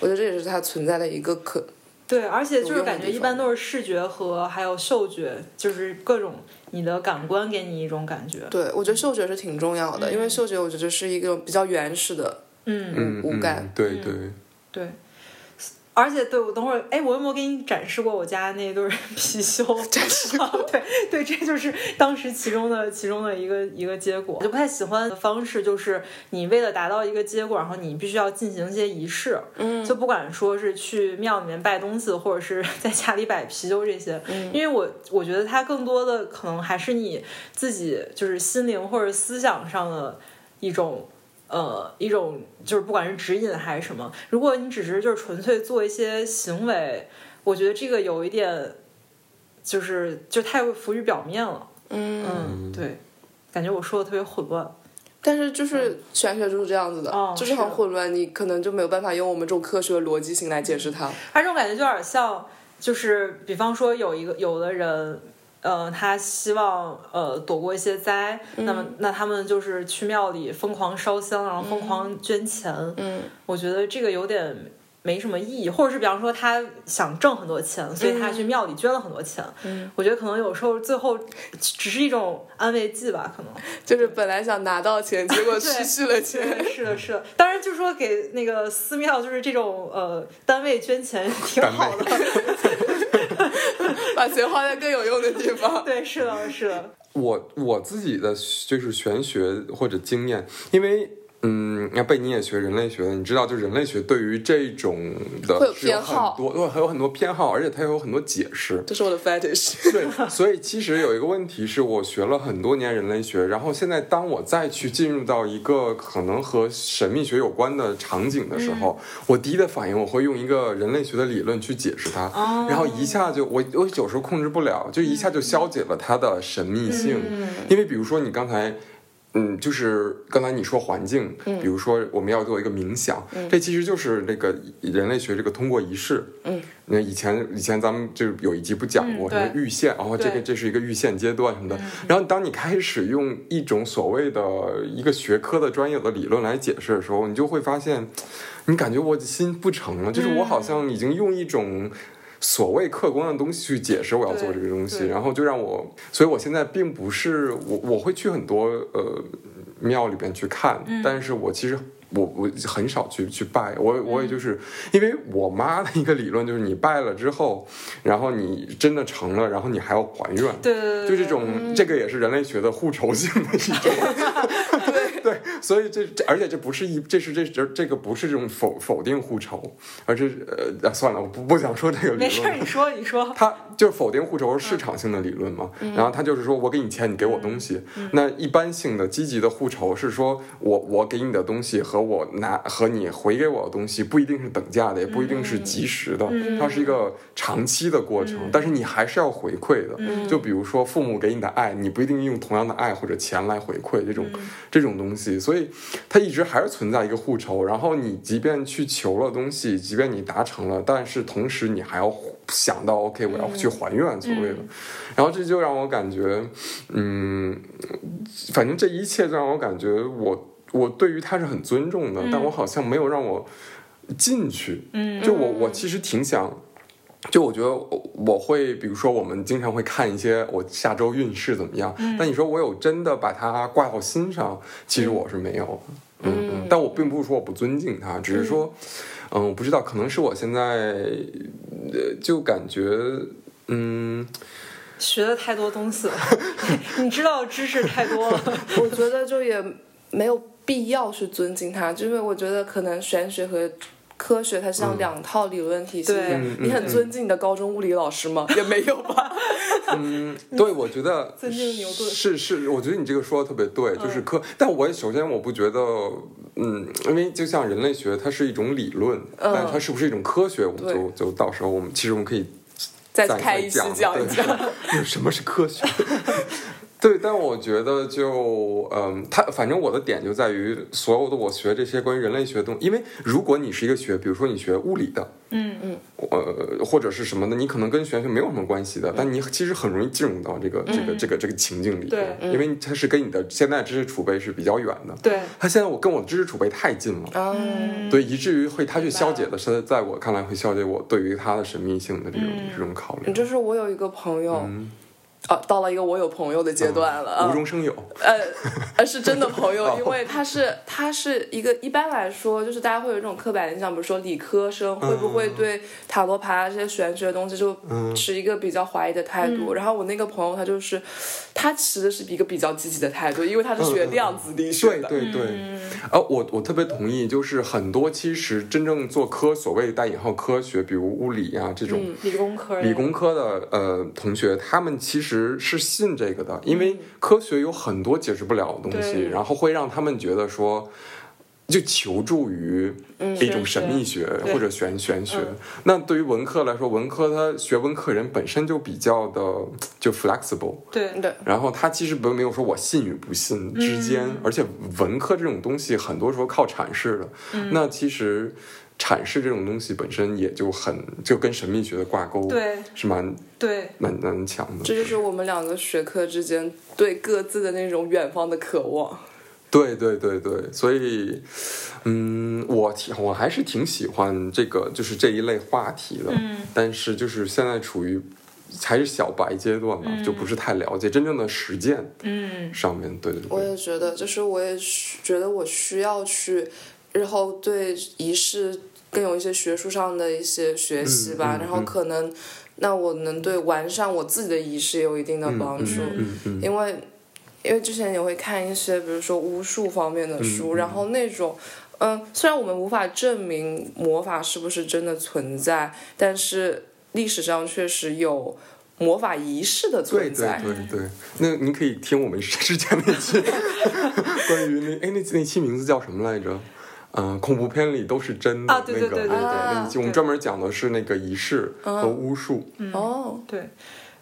Speaker 3: 我觉得这也是它存在的一个可
Speaker 2: 对，而且就
Speaker 3: 有
Speaker 2: 是
Speaker 3: 用的
Speaker 2: 感觉
Speaker 3: 地
Speaker 2: 一般
Speaker 3: 方
Speaker 2: 都是视觉和还有嗅觉，就是各种你的感官给你一种感觉。
Speaker 3: 对，我觉得嗅觉是挺重要的，因为嗅觉我觉得是一个比较原始的
Speaker 2: 嗯，
Speaker 1: 嗯，
Speaker 3: 无
Speaker 1: 嗯
Speaker 3: 感
Speaker 1: 对对，
Speaker 2: 对。而且对我等会儿，哎，我有没有给你展示过我家那对儿貔貅？ 展示过，对对，这就是当时其中的其中的一个一个结果。我就不太喜欢的方式，就是你为了达到一个结果，然后你必须要进行一些仪式，嗯，就不管说是去庙里面拜东西，或者是在家里摆貔貅这些，因为我我觉得它更多的可能还是你自己就是心灵或者思想上的一种呃一种就是不管是指引还是什么，如果你只是就是纯粹做一些行为，我觉得这个有一点就是就太浮于表面了。嗯，对，感觉我说的特别混乱。
Speaker 3: 但是就是玄学就是这样子的，
Speaker 2: 哦
Speaker 3: 嗯就是
Speaker 2: 是
Speaker 3: 很
Speaker 2: 的
Speaker 3: 混乱，你可能就没有办法用我们这种科学的逻辑性来解释它。
Speaker 2: 他这种感觉就有点像，就是比方说有一个有的人，呃，他希望呃躲过一些灾，那么那他们就是去庙里疯狂烧香，然后疯狂捐钱。
Speaker 3: 嗯，
Speaker 2: 我觉得这个有点。没什么意义，或者是比方说他想挣很多钱，所以他去庙里捐了很多钱。嗯，我觉得可能有时候最后只是一种安慰剂吧，可能。
Speaker 3: 就是本来想拿到钱，结果
Speaker 2: 对
Speaker 3: 失去了钱。
Speaker 2: 对，是的，是的。当然，就是说给那个寺庙，就是这种呃单位捐钱挺
Speaker 1: 单位
Speaker 2: 好的。
Speaker 3: 把钱花在更有用的地方。
Speaker 2: 对，是的，是的。
Speaker 1: 我我自己的就是玄学或者经验，因为嗯，那贝你也学人类学的，你知道，就人类学对于这种
Speaker 3: 会有
Speaker 1: 的是有
Speaker 3: 偏好
Speaker 1: 很多，对，还有很多偏好，而且它有很多解释。
Speaker 3: 这是我的 fetish。
Speaker 1: 对，所以其实有一个问题是我学了很多年人类学，然后现在当我再去进入到一个可能和神秘学有关的场景的时
Speaker 2: 嗯
Speaker 1: 候，我第一的反应我会用一个人类学的理论去解释它，
Speaker 2: 哦
Speaker 1: 然后一下就我我有时候控制不了，就一下就消解了它的神秘性，
Speaker 2: 嗯
Speaker 1: 因为比如说你刚才。嗯，就是刚才你说环境，
Speaker 2: 嗯
Speaker 1: 比如说我们要做一个冥想，这其实就是那个人类学这个通过仪式。
Speaker 3: 嗯，
Speaker 1: 那以前以前咱们就有一集不讲过
Speaker 2: 嗯
Speaker 1: 什么
Speaker 2: 对
Speaker 1: 预线，然后这个
Speaker 2: 对嗯
Speaker 1: 这是一个预线阶段什么的。然后当你开始用一种所谓的一个学科的专有的理论来解释的时候，你就会发现，你感觉我的心不成了，就是我
Speaker 2: 嗯
Speaker 1: 好像已经用一种。所谓客观的东西去解释我要做这个东西，
Speaker 2: 对对
Speaker 1: 然后就让我，所以我现在并不是我我会去很多呃庙里边去看，
Speaker 2: 嗯
Speaker 1: 但是我其实我我很少去去拜，我我也
Speaker 2: 嗯
Speaker 1: 就是、因为我妈的一个理论就是你拜了之后，然后你真的成了，然后你还要还愿，
Speaker 2: 对对对，嗯
Speaker 1: 就这种、这个也是人类学的互酬性的一种。 对，所以这这，而且这不是一，这是这这这个不是这种否否定互酬，而是呃、啊算了，我不不想说这个理论了。
Speaker 2: 没事儿，你说你说，
Speaker 1: 他就是否定互酬是市场性的理论嘛，然后他就是说我给你钱，你给我东西。那一般性的积极的互酬是说我我给你的东西和我拿和你回给我的东西不一定是等价的，也不一定是及时的，它是一个长期的过程，但是你还是要回馈的。就比如说父母给你的爱，你不一定用同样的爱或者钱来回馈这种、这种东西，所以它一直还是存在一个互酬。然后你即便去求了东西，即便你达成了，但是同时你还要想到 OK，我要去还愿，所谓的。然后这就让我感觉，嗯，反正这一切就让我感觉我我对于他是很尊重的，但我好像没有让我进去。
Speaker 2: 嗯
Speaker 1: 就我我其实挺想。就我觉得我我会，比如说我们经常会看一些我下周运势怎么样，
Speaker 2: 嗯
Speaker 1: 但你说我有真的把它挂到心上，其实我是没有的，嗯嗯，但我并不是说我不尊敬它，只是说，嗯，我不知道，可能是我现在，呃，就感觉，嗯，
Speaker 2: 学的太多东西 了，你知道的知识太多了。
Speaker 3: 我觉得就也没有必要去尊敬它，就因为我觉得可能玄学和。科学它像两套理论体系一样，
Speaker 2: 嗯
Speaker 1: 对
Speaker 3: 你很尊敬你的高中物理老师吗？也没有吧。
Speaker 1: 对，我觉得
Speaker 2: 尊敬牛顿嗯
Speaker 1: 是是，我觉得你这个说的特别对，就是科。但我也首先我不觉得，嗯，因为就像人类学，它是一种理论，
Speaker 2: 嗯
Speaker 1: 但它是不是一种科学，我们就就到时候我们其实我们可以
Speaker 3: 再
Speaker 1: 再
Speaker 3: 开一期
Speaker 1: 再
Speaker 3: 讲
Speaker 1: 对
Speaker 3: 一 讲，
Speaker 1: 什么是科学。 对，但我觉得就嗯，它反正我的点就在于，所有的我学这些关于人类学的东因为如果你是一个学，比如说你学物理的，
Speaker 2: 嗯
Speaker 1: 嗯，呃或者是什么的，你可能跟玄学没有什么关系的，但你其实很容易进入到这个这
Speaker 3: 嗯
Speaker 1: 个这个这个情境里面，因为它是跟你的现在知识储备是比较远的。
Speaker 2: 对，
Speaker 1: 它现在我跟我的知识储备太近了，
Speaker 3: 嗯，
Speaker 1: 对，以至于会它去消解的是，在我看来会消解我对于它的神秘性的这种、
Speaker 3: 嗯
Speaker 1: 这种考虑。
Speaker 3: 就是我有一个朋友，啊，到了一个我有朋友的阶段了，
Speaker 1: 无
Speaker 3: 啊。
Speaker 1: 中生有，
Speaker 3: 呃，呃，是真的朋
Speaker 1: 哦
Speaker 3: 友，因为他是他是一个一般来说，就是大家会有一种刻板印象，比如说理科生
Speaker 1: 嗯
Speaker 3: 会不会对塔罗牌啊这些玄学的东西就
Speaker 1: 嗯
Speaker 3: 持一个比较怀疑的态
Speaker 2: 嗯
Speaker 3: 度。然后我那个朋友他就是，他持的是一个比较积极的态度，因为他是学量子力学
Speaker 1: 对
Speaker 3: 的。
Speaker 1: 对对，
Speaker 2: 嗯
Speaker 1: 啊，我我特别同意，就是很多其实真正做科所谓带引号科学，比如物理啊这种。
Speaker 2: 嗯理工科人，
Speaker 1: 理工科的呃同学，他们其实是信这个的，因为科学有很多解释不了的东西，
Speaker 2: 对
Speaker 1: 然后会让他们觉得说，就求助于一种神秘学
Speaker 2: 嗯对嗯
Speaker 1: 或者玄玄学。那对于文科来说，文科他学文科人本身就比较的就 flexible，
Speaker 2: 对
Speaker 3: 对，
Speaker 1: 然后他其实不没有说我信与不信之间，
Speaker 3: 嗯
Speaker 1: 而且文科这种东西很多时候靠阐释的，
Speaker 3: 嗯
Speaker 1: 那其实阐释这种东西本身也就很就跟神秘学的挂钩，
Speaker 2: 对
Speaker 1: 是蛮
Speaker 2: 对，
Speaker 1: 蛮蛮强
Speaker 3: 这
Speaker 1: 的。
Speaker 3: 就是我们两个学科之间对各自的那种远方的渴望。
Speaker 1: 对对对对，所以，嗯，我挺我还是挺喜欢这个就是这一类话题的，
Speaker 2: 嗯
Speaker 1: 但是就是现在处于还是小白阶段嘛，
Speaker 3: 嗯
Speaker 1: 就不是太了解真正的实践
Speaker 2: 嗯
Speaker 1: 上面，对对
Speaker 3: 我
Speaker 1: 对，
Speaker 3: 也觉得，就是我也需觉得我需要去日后对仪式更有一些学术上的一些学习吧，
Speaker 1: 嗯嗯
Speaker 3: 然后可能
Speaker 1: 嗯
Speaker 3: 那我能对完善我自己的仪式也有一定的帮助，
Speaker 1: 嗯嗯。
Speaker 3: 因为因为之前也会看一些，比如说巫术方面
Speaker 1: 嗯
Speaker 3: 的书，然后那种，嗯，虽然我们无法证明魔法是不是真的存在，但是历史上确实有魔法仪式的
Speaker 1: 对对
Speaker 3: 存在。
Speaker 1: 对对，那您可以听我们之前那期 关于那哎那那期名字叫什么来着？嗯、恐怖片里都是真的、
Speaker 2: 啊对对
Speaker 1: 那
Speaker 2: 对
Speaker 1: 个，
Speaker 2: 对
Speaker 1: 对那
Speaker 3: 对
Speaker 1: 一期我们
Speaker 2: 对嗯
Speaker 1: 专门讲的是那个仪式和巫术。
Speaker 3: 哦，
Speaker 2: 对，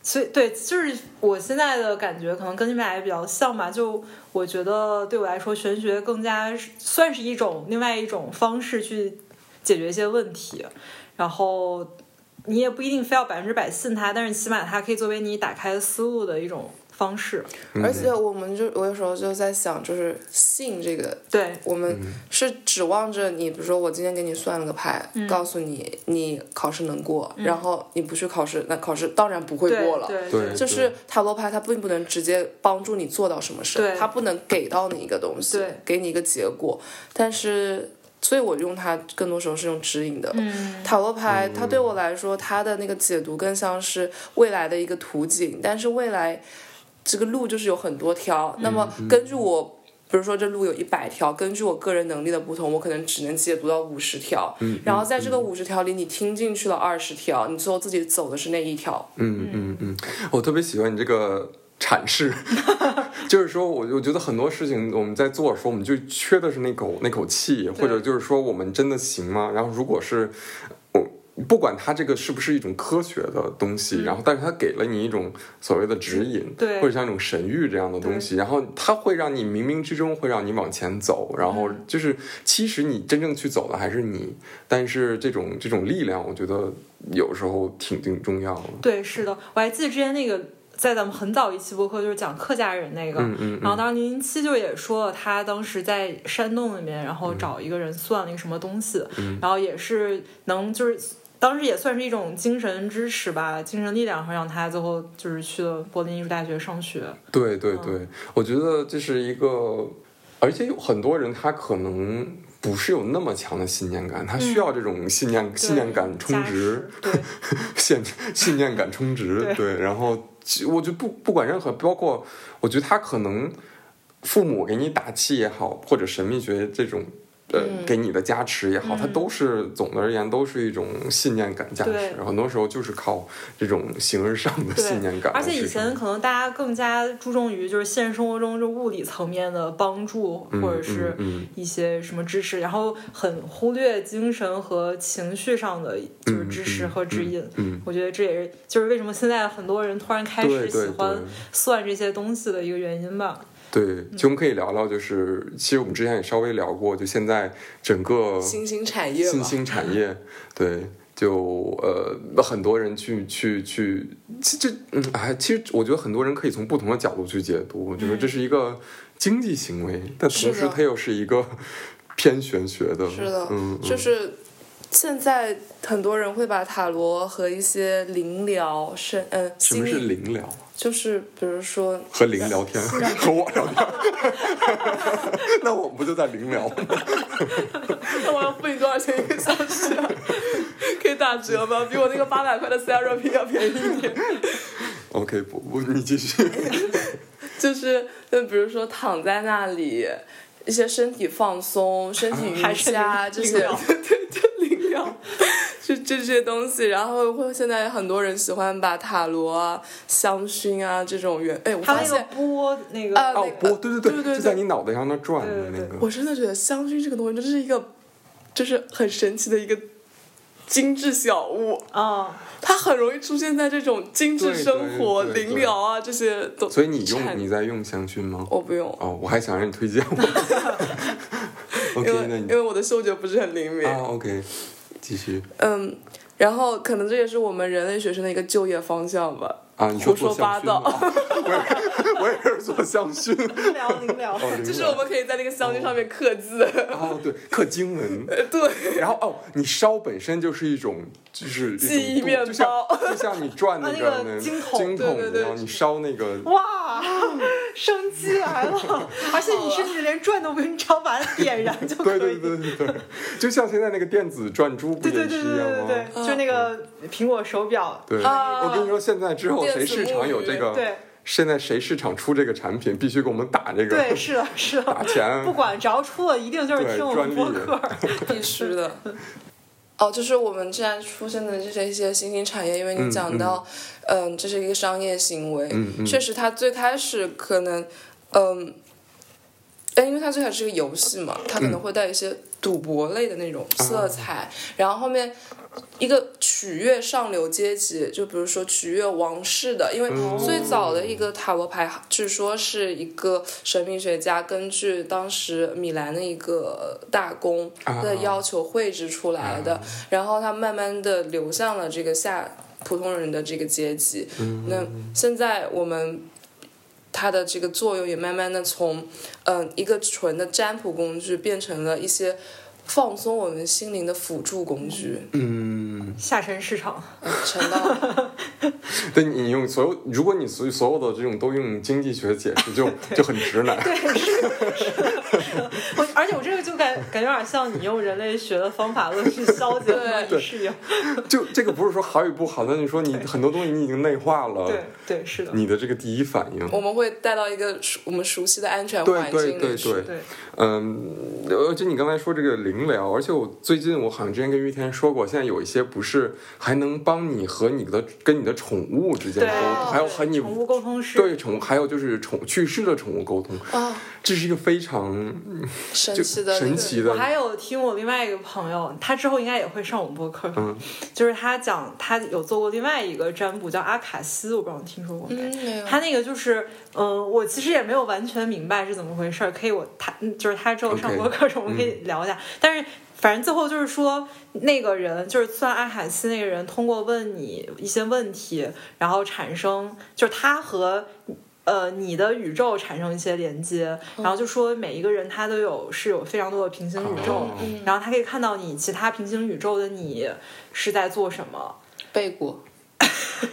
Speaker 2: 所以对，就是我现在的感觉可能跟你们俩也比较像吧。就我觉得对我来说，玄学更加是算是一种另外一种方式去解决一些问题，然后。你也不一定非要百分之百信它，但是起码它可以作为你打开思路的一种方式。
Speaker 3: 而且我们就我有时候就在想，就是信这个
Speaker 2: 对，
Speaker 3: 我们是指望着你，比如说我今天给你算了个牌，
Speaker 2: 嗯
Speaker 3: 告诉你你考试能过，然后你不去考试，那考试当然不会
Speaker 2: 对
Speaker 3: 过了。
Speaker 2: 对
Speaker 1: 对
Speaker 3: 就是塔罗牌，它并不能直接帮助你做到什么事
Speaker 2: 对，
Speaker 3: 它不能给到你一个东西
Speaker 2: 对，
Speaker 3: 给你一个结果。但是，所以我用它更多时候是用指引的。
Speaker 2: 嗯
Speaker 3: 塔罗牌它对我来说，它的那个解读更像是未来的一个图景，但是未来这个路就是有很多条。那么根据我。比如说这路有一百条，根据我个人能力的不同，我可能只能解读到五十条。然后在这个五十条里，你听进去了二十条，你最后自己走的是那一条。
Speaker 1: 嗯嗯嗯，我特别喜欢你这个阐释， 就是说我我觉得很多事情我们在做的时候，我们就缺的是那口那口气，或者就是说我们真的行吗？然后如果是我。不管它这个是不是一种科学的东西，然后但是它给了你一种所谓的指引，
Speaker 2: 对
Speaker 1: 或者像一种神谕这样的东西，然后它会让你冥冥之中会让你往前走，然后就是其实你真正去走的还是你，但是这种这种力量，我觉得有时候挺挺重要的。
Speaker 2: 对，是的，我还记得之前那个在咱们很早一期播客就是讲客家人那个，
Speaker 1: 嗯嗯
Speaker 2: 然后当时零零七就也说了，他当时在山洞里面，然
Speaker 1: 嗯
Speaker 2: 后找一个人算了一个什么东西，然后也是能就是。当时也算是一种精神支持吧，精神力量，然后让他最后就是去了柏林艺术大学上学。
Speaker 1: 对对对，
Speaker 2: 嗯
Speaker 1: 我觉得这是一个，而且有很多人他可能不是有那么强的信念感，他需要这种信念、信念感充值，
Speaker 2: 对，加持
Speaker 1: 信信念感充值，
Speaker 2: 对
Speaker 1: 对，然后其我觉得不不管任何，包括我觉得他可能父母给你打气也好，或者神秘学这种。呃，
Speaker 2: 嗯
Speaker 1: 给你的加持也好，它都是总的而言都是一种信念感加
Speaker 2: 对
Speaker 1: 持，很多时候就是靠这种形而上的
Speaker 2: 对
Speaker 1: 信念感来啊
Speaker 2: 而
Speaker 1: 支撑。
Speaker 2: 且以前可能大家更加注重于就是现实生活中就物理层面的帮助，或者是
Speaker 1: 嗯嗯
Speaker 2: 一些什么支持，然后很忽略精神和情绪上的就是支持和指引。
Speaker 1: 嗯嗯
Speaker 2: 我觉得这也是就是为什么现在很多人突然开
Speaker 1: 对
Speaker 2: 始
Speaker 1: 对
Speaker 2: 喜欢
Speaker 1: 对
Speaker 2: 算这些东西的一个原因吧。
Speaker 1: 对，其实我们可以聊聊，就是其实我们之前也稍微聊过，就现在整个
Speaker 3: 新兴产业
Speaker 1: 新
Speaker 3: 嘛，
Speaker 1: 兴产业，对，就呃很多人去去去，其这嗯哎，其实我觉得很多人可以从不同的角度去解读，我觉得这是一个经济行为，但同
Speaker 3: 是
Speaker 1: 时
Speaker 3: 的
Speaker 1: 它又是一个偏玄学的，
Speaker 3: 是的，
Speaker 1: 嗯，嗯
Speaker 3: 就是现在很多人会把塔罗和一些灵疗、身嗯、
Speaker 1: 什
Speaker 3: 心
Speaker 1: 么是
Speaker 3: 理，
Speaker 1: 灵疗？
Speaker 3: 就是比如说
Speaker 1: 和灵聊天，和我聊天， 那我们不就在灵聊吗？
Speaker 3: 那 我要付你多少钱一个小时、 啊？可以打折吗？比我那个八百块的 therapy 要便宜一点。
Speaker 1: OK，不不，你继续。
Speaker 3: 就是，就比如说躺在那里，一些身体放松、身 体
Speaker 2: 还
Speaker 3: 瑜
Speaker 2: 是
Speaker 3: 伽
Speaker 2: 灵
Speaker 3: 这
Speaker 2: 灵
Speaker 3: 些，
Speaker 2: 疗
Speaker 3: 对对对，灵 疗，这这些东西。然后会现在很多人喜欢把塔罗啊、香薰啊这种元，哎，我
Speaker 2: 他
Speaker 3: 发
Speaker 2: 那个
Speaker 3: 现。
Speaker 2: 波那个、
Speaker 3: 啊
Speaker 1: 哦，不，对对对，
Speaker 3: 对对
Speaker 1: 就在你脑袋上那转的
Speaker 2: 对
Speaker 1: 那
Speaker 2: 对
Speaker 1: 个。
Speaker 2: 对
Speaker 3: 我真的觉得香薰这个东西，这是一个，就是很神奇的一个精致小物，
Speaker 2: 啊，
Speaker 3: 它很容易出现在这种精致
Speaker 1: 对
Speaker 3: 生活、
Speaker 1: 对对
Speaker 3: 灵疗啊这些都。
Speaker 1: 所以你用
Speaker 3: 产
Speaker 1: 你在用香薰吗？
Speaker 3: 我不用，
Speaker 1: 哦，我还想让你推荐我。
Speaker 3: 因
Speaker 1: OK，
Speaker 3: 为
Speaker 1: 那
Speaker 3: 因
Speaker 1: 你
Speaker 3: 为我的嗅觉不是很灵敏。
Speaker 1: 啊 OK，继续
Speaker 3: 嗯，然后可能这也是我们人类学生的一个就业方向吧。
Speaker 1: 啊，你说
Speaker 3: 胡说
Speaker 1: 做香
Speaker 3: 八
Speaker 1: 薰吗
Speaker 3: 道
Speaker 1: 我也我也是做香薰。
Speaker 2: 灵疗灵疗，
Speaker 1: 哦，
Speaker 3: 就是
Speaker 1: 灵
Speaker 3: 我
Speaker 1: 感
Speaker 3: 们可以在那个香薰上面刻字，
Speaker 1: 哦，对，刻经文。
Speaker 3: 对，
Speaker 1: 然后哦，你烧本身就是一种，就是一种
Speaker 3: 记忆
Speaker 1: 动
Speaker 3: 面
Speaker 1: 就像
Speaker 3: 包
Speaker 1: 就像你转那
Speaker 2: 啊那
Speaker 1: 个
Speaker 2: 个
Speaker 1: 那
Speaker 2: 金桶
Speaker 1: 金桶
Speaker 3: 对对
Speaker 1: 一
Speaker 3: 对
Speaker 1: 样，你烧那个
Speaker 2: 哇，生机来 了！而且
Speaker 3: 啊
Speaker 2: 你甚至连转的文章把它点燃就可以。
Speaker 1: 对对对对对，就像现在那个电子转珠不
Speaker 2: 对对
Speaker 1: 也是
Speaker 2: 对
Speaker 1: 一
Speaker 2: 对
Speaker 1: 样
Speaker 2: 对
Speaker 1: 吗？嗯
Speaker 2: 对，对，就那个苹果手表，
Speaker 1: 对，
Speaker 3: 啊
Speaker 1: 我跟你说，现在之后谁市场有这
Speaker 3: 电子木
Speaker 1: 个
Speaker 3: 鱼
Speaker 2: 对
Speaker 1: 现在谁市场出这个产品，必须给我们打这个
Speaker 2: 对，是的，是
Speaker 1: 打
Speaker 2: 的，
Speaker 1: 钱
Speaker 2: 不管只要出了，一定就是
Speaker 1: 对
Speaker 2: 听我们播
Speaker 1: 专利
Speaker 2: 客。
Speaker 3: 必须的。哦，就是我们既然出现的这些一些新兴产业，因为你讲到，嗯，这是一个商业行为，
Speaker 1: 嗯嗯
Speaker 3: 确实它最开始可能，嗯，但因为它最开始是个游戏嘛，它
Speaker 1: 嗯
Speaker 3: 可能会带一些赌博类的那种
Speaker 1: 啊
Speaker 3: 色彩，然后后面一个取悦上流阶级，就比如说取悦王室的，因为
Speaker 1: 哦
Speaker 3: 最早
Speaker 1: 嗯
Speaker 3: 的一个塔罗牌，据说是一个神秘学家根据当时米兰的一个大公
Speaker 1: 啊
Speaker 3: 的要求绘制出来的，然后它慢慢的流向了这个下普通人的这个阶级。
Speaker 1: 嗯
Speaker 3: 那现在我们它的这个作用也慢慢的从嗯、呃一个纯的占卜工具变成了一些放松我们心灵的辅助工具。嗯
Speaker 1: 嗯，
Speaker 2: 下沉市场，
Speaker 3: 陈导，
Speaker 1: 对你用所有，如果你所所有的这种都用经济学解释， 就就很直男。
Speaker 2: 我而且我这个就感感觉有点像你用人类学的方法论去消解我
Speaker 1: 对
Speaker 2: 的适应。
Speaker 1: 就这个不是说好与不好，但是说你很多东西你已经内化
Speaker 2: 对
Speaker 1: 了，
Speaker 2: 对，是的，
Speaker 1: 你的这个第一反应。
Speaker 3: 我们会带到一个熟我们熟悉的安全
Speaker 1: 对
Speaker 3: 环
Speaker 1: 对
Speaker 3: 境
Speaker 1: 对
Speaker 3: 里去。
Speaker 1: 对，
Speaker 2: 对，
Speaker 1: 嗯，而且你刚才说这个灵疗，而且我最近我好像之前跟于天说过，现在有一些不是还能帮你和你的跟你的宠物之间沟通，
Speaker 2: 对
Speaker 1: 还有和你
Speaker 2: 宠物沟通师，
Speaker 1: 对宠物，还有就是宠去世的宠物沟通，
Speaker 2: 哦
Speaker 3: 啊，
Speaker 1: 这是一个非常
Speaker 3: 神
Speaker 1: 就
Speaker 3: 奇的那个
Speaker 1: 神奇的
Speaker 2: 我还有听我另外一个朋友，他之后应该也会上我们播客，
Speaker 1: 嗯
Speaker 2: 就是他讲他有做过另外一个占卜叫阿卡西，我不知道你听说过没？
Speaker 3: 嗯，没有
Speaker 2: 他那个就是，嗯、我其实也没有完全明白是怎么回事儿，可以我他嗯就是他之后上
Speaker 1: OK，嗯
Speaker 2: 播课程，我们可以聊一下。但是反正最后就是说，那个人就是算阿卡西那个人，通过问你一些问题，然后产生就是他和。呃，你的宇宙产生一些连接，然后就说每一个人他都有是有非常多的平行宇宙
Speaker 1: 哦，
Speaker 2: 然后他可以看到你其他平行宇宙的你是在做什么，
Speaker 3: 背过，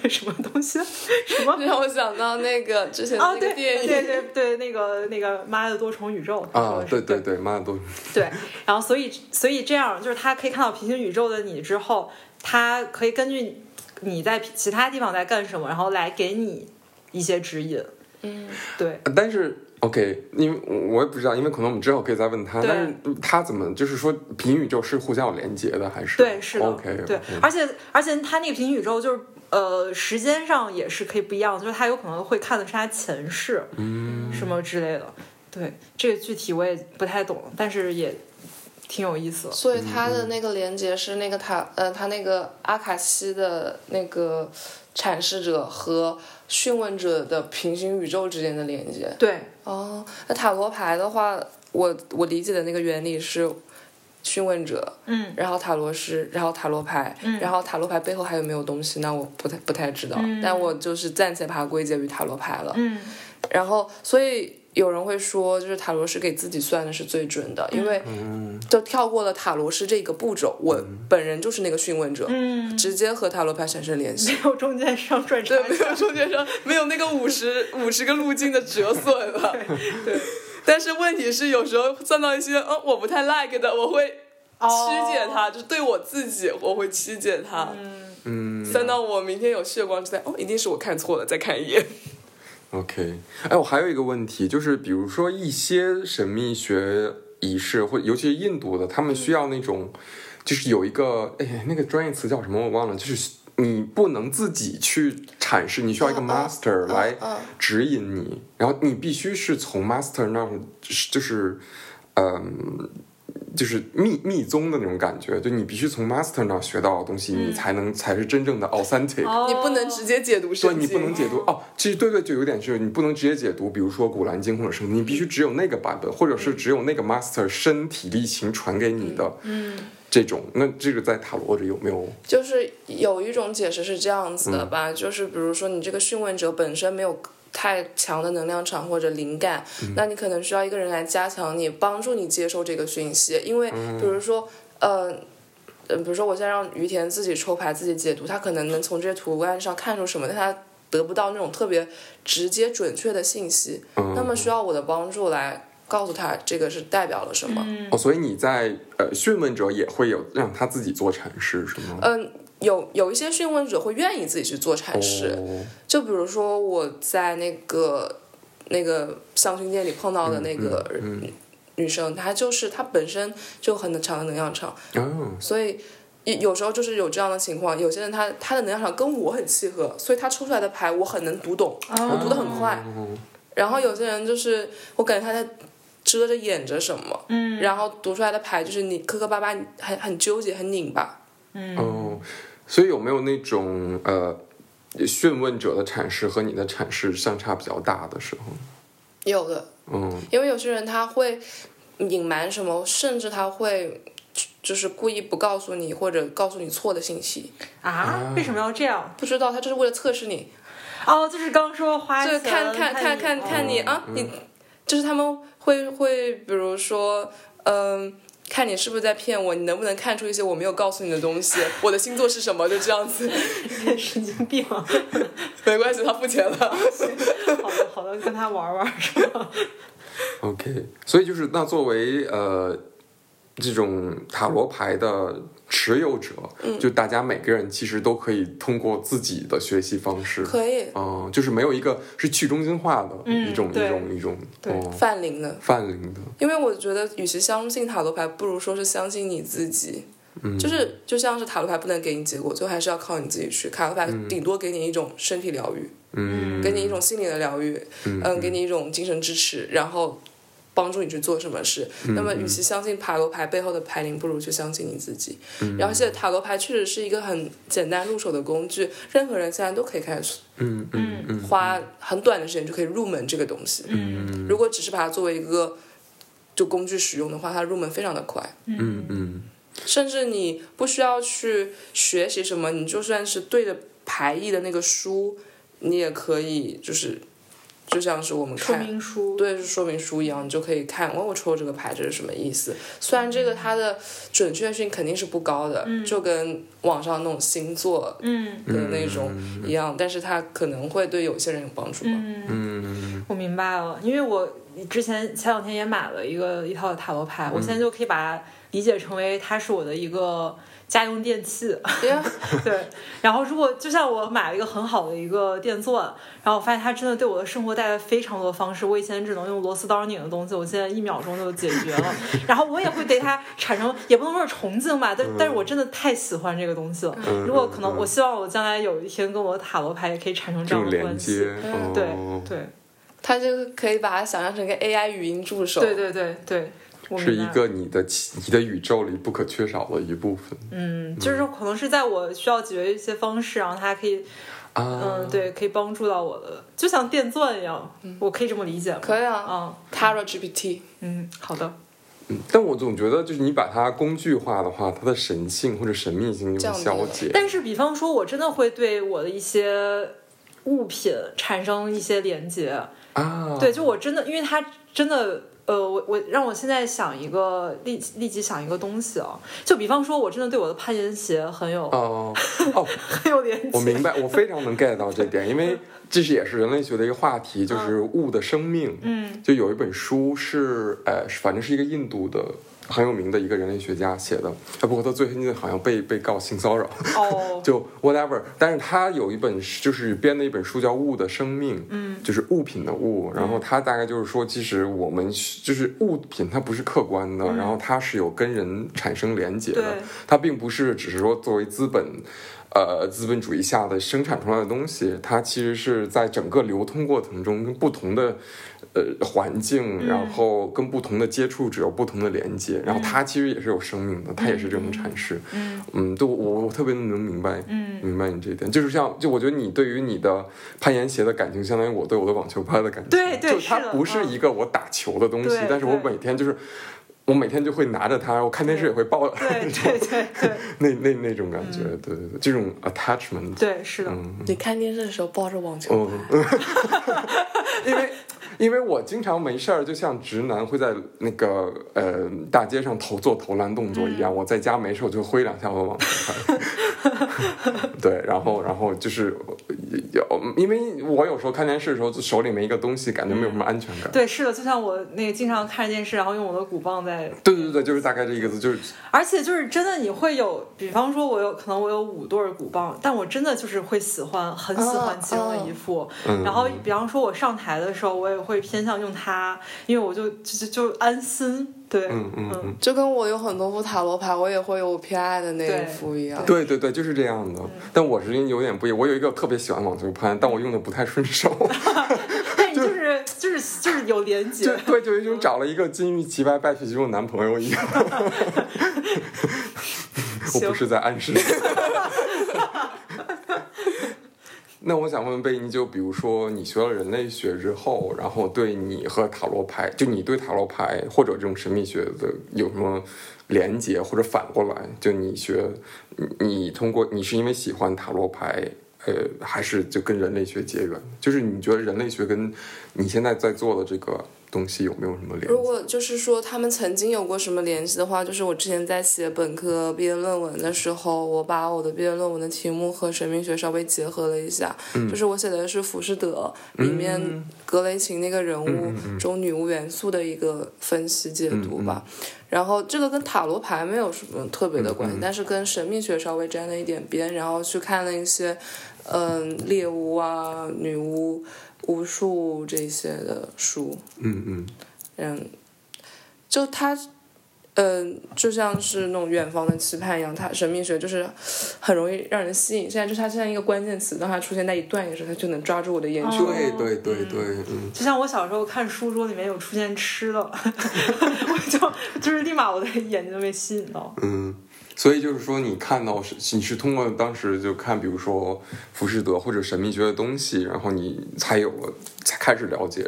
Speaker 2: 什么东西，什么
Speaker 3: 让我想到那个之前的
Speaker 2: 啊，
Speaker 3: 那
Speaker 2: 对
Speaker 3: 个电
Speaker 2: 对
Speaker 3: 影，
Speaker 2: 对对，那个那个《妈的多重宇宙》
Speaker 1: 啊，对对
Speaker 2: 对
Speaker 1: 对，妈的都
Speaker 2: 对，然后所以所以这样就是他可以看到平行宇宙的你之后，他可以根据你在其他地方在干什么，然后来给你一些指引。
Speaker 3: 嗯，
Speaker 2: 对，
Speaker 1: 但是 OK，因为我我也不知道，因为可能我们之后可以再问他，
Speaker 2: 对
Speaker 1: 但是他怎么就是说平行宇宙是互相有连接的，还是
Speaker 2: 对，是的
Speaker 1: OK，
Speaker 2: 对
Speaker 1: OK，
Speaker 2: 而且而且他那个平行宇宙就是呃，时间上也是可以不一样，就是他有可能会看的是他前世，嗯，什么之类的。对，这个具体我也不太懂，但是也挺有意思的。
Speaker 3: 所以它的那个连接是那个塔，呃，它那个阿卡西的那个阐释者和询问者的平行宇宙之间的连接。
Speaker 2: 对，
Speaker 3: 哦，那塔罗牌的话，我我理解的那个原理是询问者，
Speaker 2: 嗯，
Speaker 3: 然后塔罗师，然后塔罗牌，
Speaker 2: 嗯
Speaker 3: 然后塔罗牌背后还有没有东西？那我不太不太知道，
Speaker 2: 嗯
Speaker 3: 但我就是暂且把它归结于塔罗牌了。
Speaker 2: 嗯，
Speaker 3: 然后，所以有人会说，就是塔罗师给自己算的是最准的，
Speaker 2: 嗯
Speaker 3: 因为就跳过了塔罗师这个步骤。我本人就是那个询问者，
Speaker 2: 嗯
Speaker 3: 直接和塔罗牌产生联系。
Speaker 2: 没有中间商赚差
Speaker 3: 对，没有中间商，没有那个五十五十个路径的折损了。对，但是问题是，有时候算到一些嗯我不太 like 的，我会曲解它，就对我自己我会曲解它。
Speaker 1: 嗯
Speaker 3: 算到我明天有血光之灾，哦，一定是我看错了，再看一眼。
Speaker 1: OK，哎，我还有一个问题，就是比如说一些神秘学仪式，或尤其是印度的，他们需要那种，就是有一个哎那个专业词叫什么我忘了，就是你不能自己去阐释，你需要一个
Speaker 3: 嗯嗯
Speaker 1: master 来
Speaker 3: 嗯
Speaker 1: 指引你，然后你必须是从 master 那儿就是就是嗯。就是密密宗的那种感觉，就你必须从 master 那儿学到的东西，你才能才是真正的 authentic。
Speaker 2: 哦
Speaker 3: 你不能直接解读圣
Speaker 1: 对
Speaker 3: 经，
Speaker 1: 你不能解读哦，其实对对，就有点是你不能直接解读，比如说《古兰经》或者什么，你必须只有那个版本，或者是只有那个 master 身体力行传给你的，嗯，这种，那这个在塔罗里有没有？
Speaker 3: 就是有一种解释是这样子的吧，就是比如说你这个询问者本身没有太强的能量场或者灵感，那你可能需要一个人来加强你，帮助你接受这个讯息，因为比如说，呃。呃，比如说，我现在让于田自己抽牌、自己解读，他可能能从这些图案上看出什么，但他得不到那种特别直接、准确的信息。那么需要我的帮助来告诉他这个是代表了什么。
Speaker 1: 哦，所以你在呃询问者也会有让他自己做阐释，是吗？
Speaker 3: 嗯，有有一些讯问者会愿意自己去做阐释，
Speaker 1: 哦
Speaker 3: 就比如说我在那个那个香薰店里碰到的那个
Speaker 1: 嗯
Speaker 3: 女生，她就是她本身就很长的能量场，
Speaker 1: 哦，
Speaker 3: 所以有有时候就是有这样的情况，有些人他他的能量场跟我很契合，所以他抽出来的牌我很能读懂，
Speaker 1: 哦
Speaker 3: 我读的很快。然后有些人就是我感觉他在遮着掩着什么，嗯，然后读出来的牌就是你磕磕巴巴，很很纠结，很拧巴。
Speaker 1: 哦，所以有没有那种呃，询问者的阐释和你的阐释相差比较大的时候？
Speaker 3: 有的，
Speaker 1: 嗯，
Speaker 3: 因为有些人他会隐瞒什么，甚至他会就是故意不告诉你，或者告诉你错的信息，
Speaker 2: 啊？为什么要这样？
Speaker 3: 不知道他就是为了测试你，
Speaker 2: 哦，就是刚说花
Speaker 3: 就
Speaker 2: 钱，
Speaker 3: 是看看看看看你啊，你就是他们会会比如说嗯。看你是不是在骗我，你能不能看出一些我没有告诉你的东西？我的星座是什么？就这样子，
Speaker 2: 看哦 神经病。好
Speaker 3: 没关系，他付钱了。
Speaker 2: 的好的，跟他玩玩是吧？
Speaker 1: OK，所以就是那作为呃这种塔罗牌的持有者，
Speaker 2: 嗯
Speaker 1: 就大家每个人其实都可以通过自己的学习方式，嗯、
Speaker 3: 可 以，
Speaker 1: 就是没有一个是去中心化的、一种
Speaker 2: 嗯对
Speaker 1: 一种一种
Speaker 2: 对
Speaker 1: 哦
Speaker 3: 范林的，
Speaker 1: 泛灵的，
Speaker 3: 因为我觉得，与其相信塔罗牌，不如说是相信你自己。
Speaker 1: 嗯，
Speaker 3: 就是就像是塔罗牌不能给你结果，最后还是要靠你自己去。塔罗牌顶多给你一种身体疗愈，
Speaker 1: 嗯
Speaker 3: 给你一种心理的疗愈，嗯，给你一种精神支持，然后帮助你去做什么事。那么，与其相信塔罗牌背后的牌灵，不如去相信你自己。然后，现在塔罗牌确实是一个很简单入手的工具，任何人现在都可以开始
Speaker 1: 嗯嗯嗯
Speaker 3: 花很短的时间就可以入门这个东西。
Speaker 1: 嗯
Speaker 3: 如果只是把它作为一个就工具使用的话，它入门非常的快。
Speaker 1: 嗯嗯
Speaker 3: 甚至你不需要去学习什么，你就算是对着排异的那个书，你也可以就是就像是我们
Speaker 2: 说
Speaker 3: 看
Speaker 2: 明书。
Speaker 3: 对说明书一样，你就可以看，哦，我抽这个牌这是什么意思。虽然这个它的准确性肯定是不高的，就跟网上那种星座
Speaker 2: 嗯
Speaker 3: 的那种一样，但是它可能会对有些人有帮助吧。
Speaker 1: 嗯
Speaker 2: 我明白了，因为我之前前两天也买了一个一套塔罗牌，我现在就可以把它理解成为它是我的一个家用电器。
Speaker 3: 呀
Speaker 2: 对，然后如果就像我买了一个很好的一个电钻，然后我发现它真的对我的生活带来非常多的方式。我以前只能用螺丝刀拧的东西，我现在一秒钟就解决 了。然后我也会对它产生，也不能说是崇敬吧，
Speaker 1: 嗯
Speaker 2: 但但是我真的太喜欢这个东西了。如果可能，我希望我将来有一天跟我的塔罗牌也可以产生这
Speaker 1: 这
Speaker 2: 样
Speaker 1: 种
Speaker 2: 的
Speaker 1: 连
Speaker 2: 关系嗯
Speaker 1: 接。，哦、
Speaker 2: 对对
Speaker 3: 它就可以把它想象成一个 AI 语音助手。
Speaker 2: 对对对对，我
Speaker 1: 是
Speaker 2: 明白
Speaker 1: 一
Speaker 2: 了。
Speaker 1: 个你的其你的宇宙里不可缺少的一部分
Speaker 2: 嗯，就是可能是在我需要解决一些方式，然后它可以，
Speaker 1: 啊，
Speaker 2: 嗯，对，可以帮助到我的，就像电钻一样，
Speaker 1: 嗯
Speaker 2: 我可以这么理解吗？
Speaker 3: 可以啊
Speaker 2: 嗯
Speaker 3: ，Tara GPT，
Speaker 2: 嗯，好的，
Speaker 1: 嗯但我总觉得就是你把它工具化的话，它的神性或者神秘性就
Speaker 3: 降
Speaker 1: 会
Speaker 3: 低
Speaker 1: 消
Speaker 3: 了
Speaker 1: 解。
Speaker 2: 但是，比方说，我真的会对我的一些物品产生一些连接。
Speaker 1: 啊，
Speaker 2: 对，就我真的，因为它真的，呃，我我让我现在想一个立立即想一个东西啊，就比方说，我真的对我的攀岩鞋很有、
Speaker 1: 哦哦，
Speaker 2: 很 有连
Speaker 1: 我
Speaker 2: 接。
Speaker 1: 明白，我非常能 get 到这点，因为这是也是人类学的一个话题，就是物的生命。
Speaker 2: 嗯，
Speaker 1: 就有一本书是，呃，反正是一个印度的很有名的一个人类学家写的，啊，不过他最近好像被被告性骚扰，
Speaker 2: 哦，
Speaker 1: 就 whatever。但是他有一本就是编的一本书叫《物的生命》，嗯，就是物品的物。然
Speaker 2: 嗯
Speaker 1: 后他大概就是说，其实我们需就是物品它不是客观的，然后它是有跟人产生连结的
Speaker 2: 嗯对，
Speaker 1: 它并不是只是说作为资本。呃，资本主义下的生产出来的东西，它其实是在整个流通过程中跟不同的呃环境，然后跟不同的接触者有不同的连接，然后它其实也是有生命的，它也是这种阐释。嗯对我我我特别能明白，
Speaker 2: 嗯
Speaker 1: 明白你这一点，就是像就我觉得你对于你的攀岩鞋的感情，相当于我对我的网球拍的感情。
Speaker 2: 对对
Speaker 1: 就是它
Speaker 2: 的
Speaker 1: 不是
Speaker 2: 嗯
Speaker 1: 一个我打球的东西
Speaker 2: 对，
Speaker 1: 但是我
Speaker 2: 对
Speaker 1: 每天就是我每天就会拿着它，我看电视也会抱着
Speaker 2: 对对嗯对对
Speaker 1: 那那那种感觉，对对对，这种 attachment，
Speaker 2: 对，是的，
Speaker 3: 你看电视的时候抱着网球
Speaker 1: 嗯， 因为因为我经常没事儿，就像直男会在那个呃大街上投做投篮动作一样，我在 家没事我就挥两下我的网球拍。对，然后然后就是有，因为我有时候看电视的时候，手里面一个东西，感觉没有什么安全感。
Speaker 2: 对，是的，就像我那个经常看着电视，然后用我的鼓棒在，
Speaker 1: 对对对，就是大概这个字，就是
Speaker 2: 而且就是真的你会有，比方说我有可能我有五对儿鼓棒，但我真的就是会喜欢，很喜欢其中一副。
Speaker 1: 嗯
Speaker 2: 然后比方说我上台的时候，我也会偏向用它，因为我就就就就安心。对，
Speaker 1: 嗯嗯嗯，
Speaker 3: 就跟我有很多副塔罗牌，我也会有我偏爱的那一副一样。
Speaker 1: 对对对，就是这样的。但我是有点不一样，我有一个特别喜欢网球拍，但我用的不太顺手。
Speaker 2: 但 你就是就是就是有连接
Speaker 1: 就。对，就一种找了一个金玉其外败絮其中的男朋友一样。我不是在暗示你。那我想问问贝妮，就比如说你学了人类学之后，然后对你和塔罗牌，就你对塔罗牌或者这种神秘学的有什么连结，或者反过来，就你学，你你通过你是因为喜欢塔罗牌，呃，还是就跟人类学结缘？就是你觉得人类学跟你现在在做的这个东西有没有什么联
Speaker 3: 如
Speaker 1: 系？
Speaker 3: 果就是说他们曾经有过什么联系的话，就是我之前在写本科毕业论文的时候，我把我的毕业论文的题目和神秘学稍微结合了一下，就是我写的是《浮士德》里面格雷琴那个人物中女巫元素的一个分析解读吧。然后这个跟塔罗牌没有什么特别的关系，但是跟神秘学稍微沾了一点边，然后去看了一些，嗯、猎巫啊、女巫、巫术这些的书。
Speaker 1: 嗯嗯
Speaker 3: 嗯，就它，嗯、就像是那种远方的期盼一样，它神秘学就是很容易让人吸引。现在就它像一个关键词，当它出现在一段的时候，它就能抓住我的眼
Speaker 2: 哦
Speaker 3: 球。
Speaker 1: 对对对对，嗯。
Speaker 2: 就像我小时候看书桌里面有出现吃的， 我就就是立马我的眼睛就被吸引到。
Speaker 1: 嗯，所以就是说，你看到是你是通过当时就看，比如说浮士德或者神秘学的东西，然后你才有了才开始了解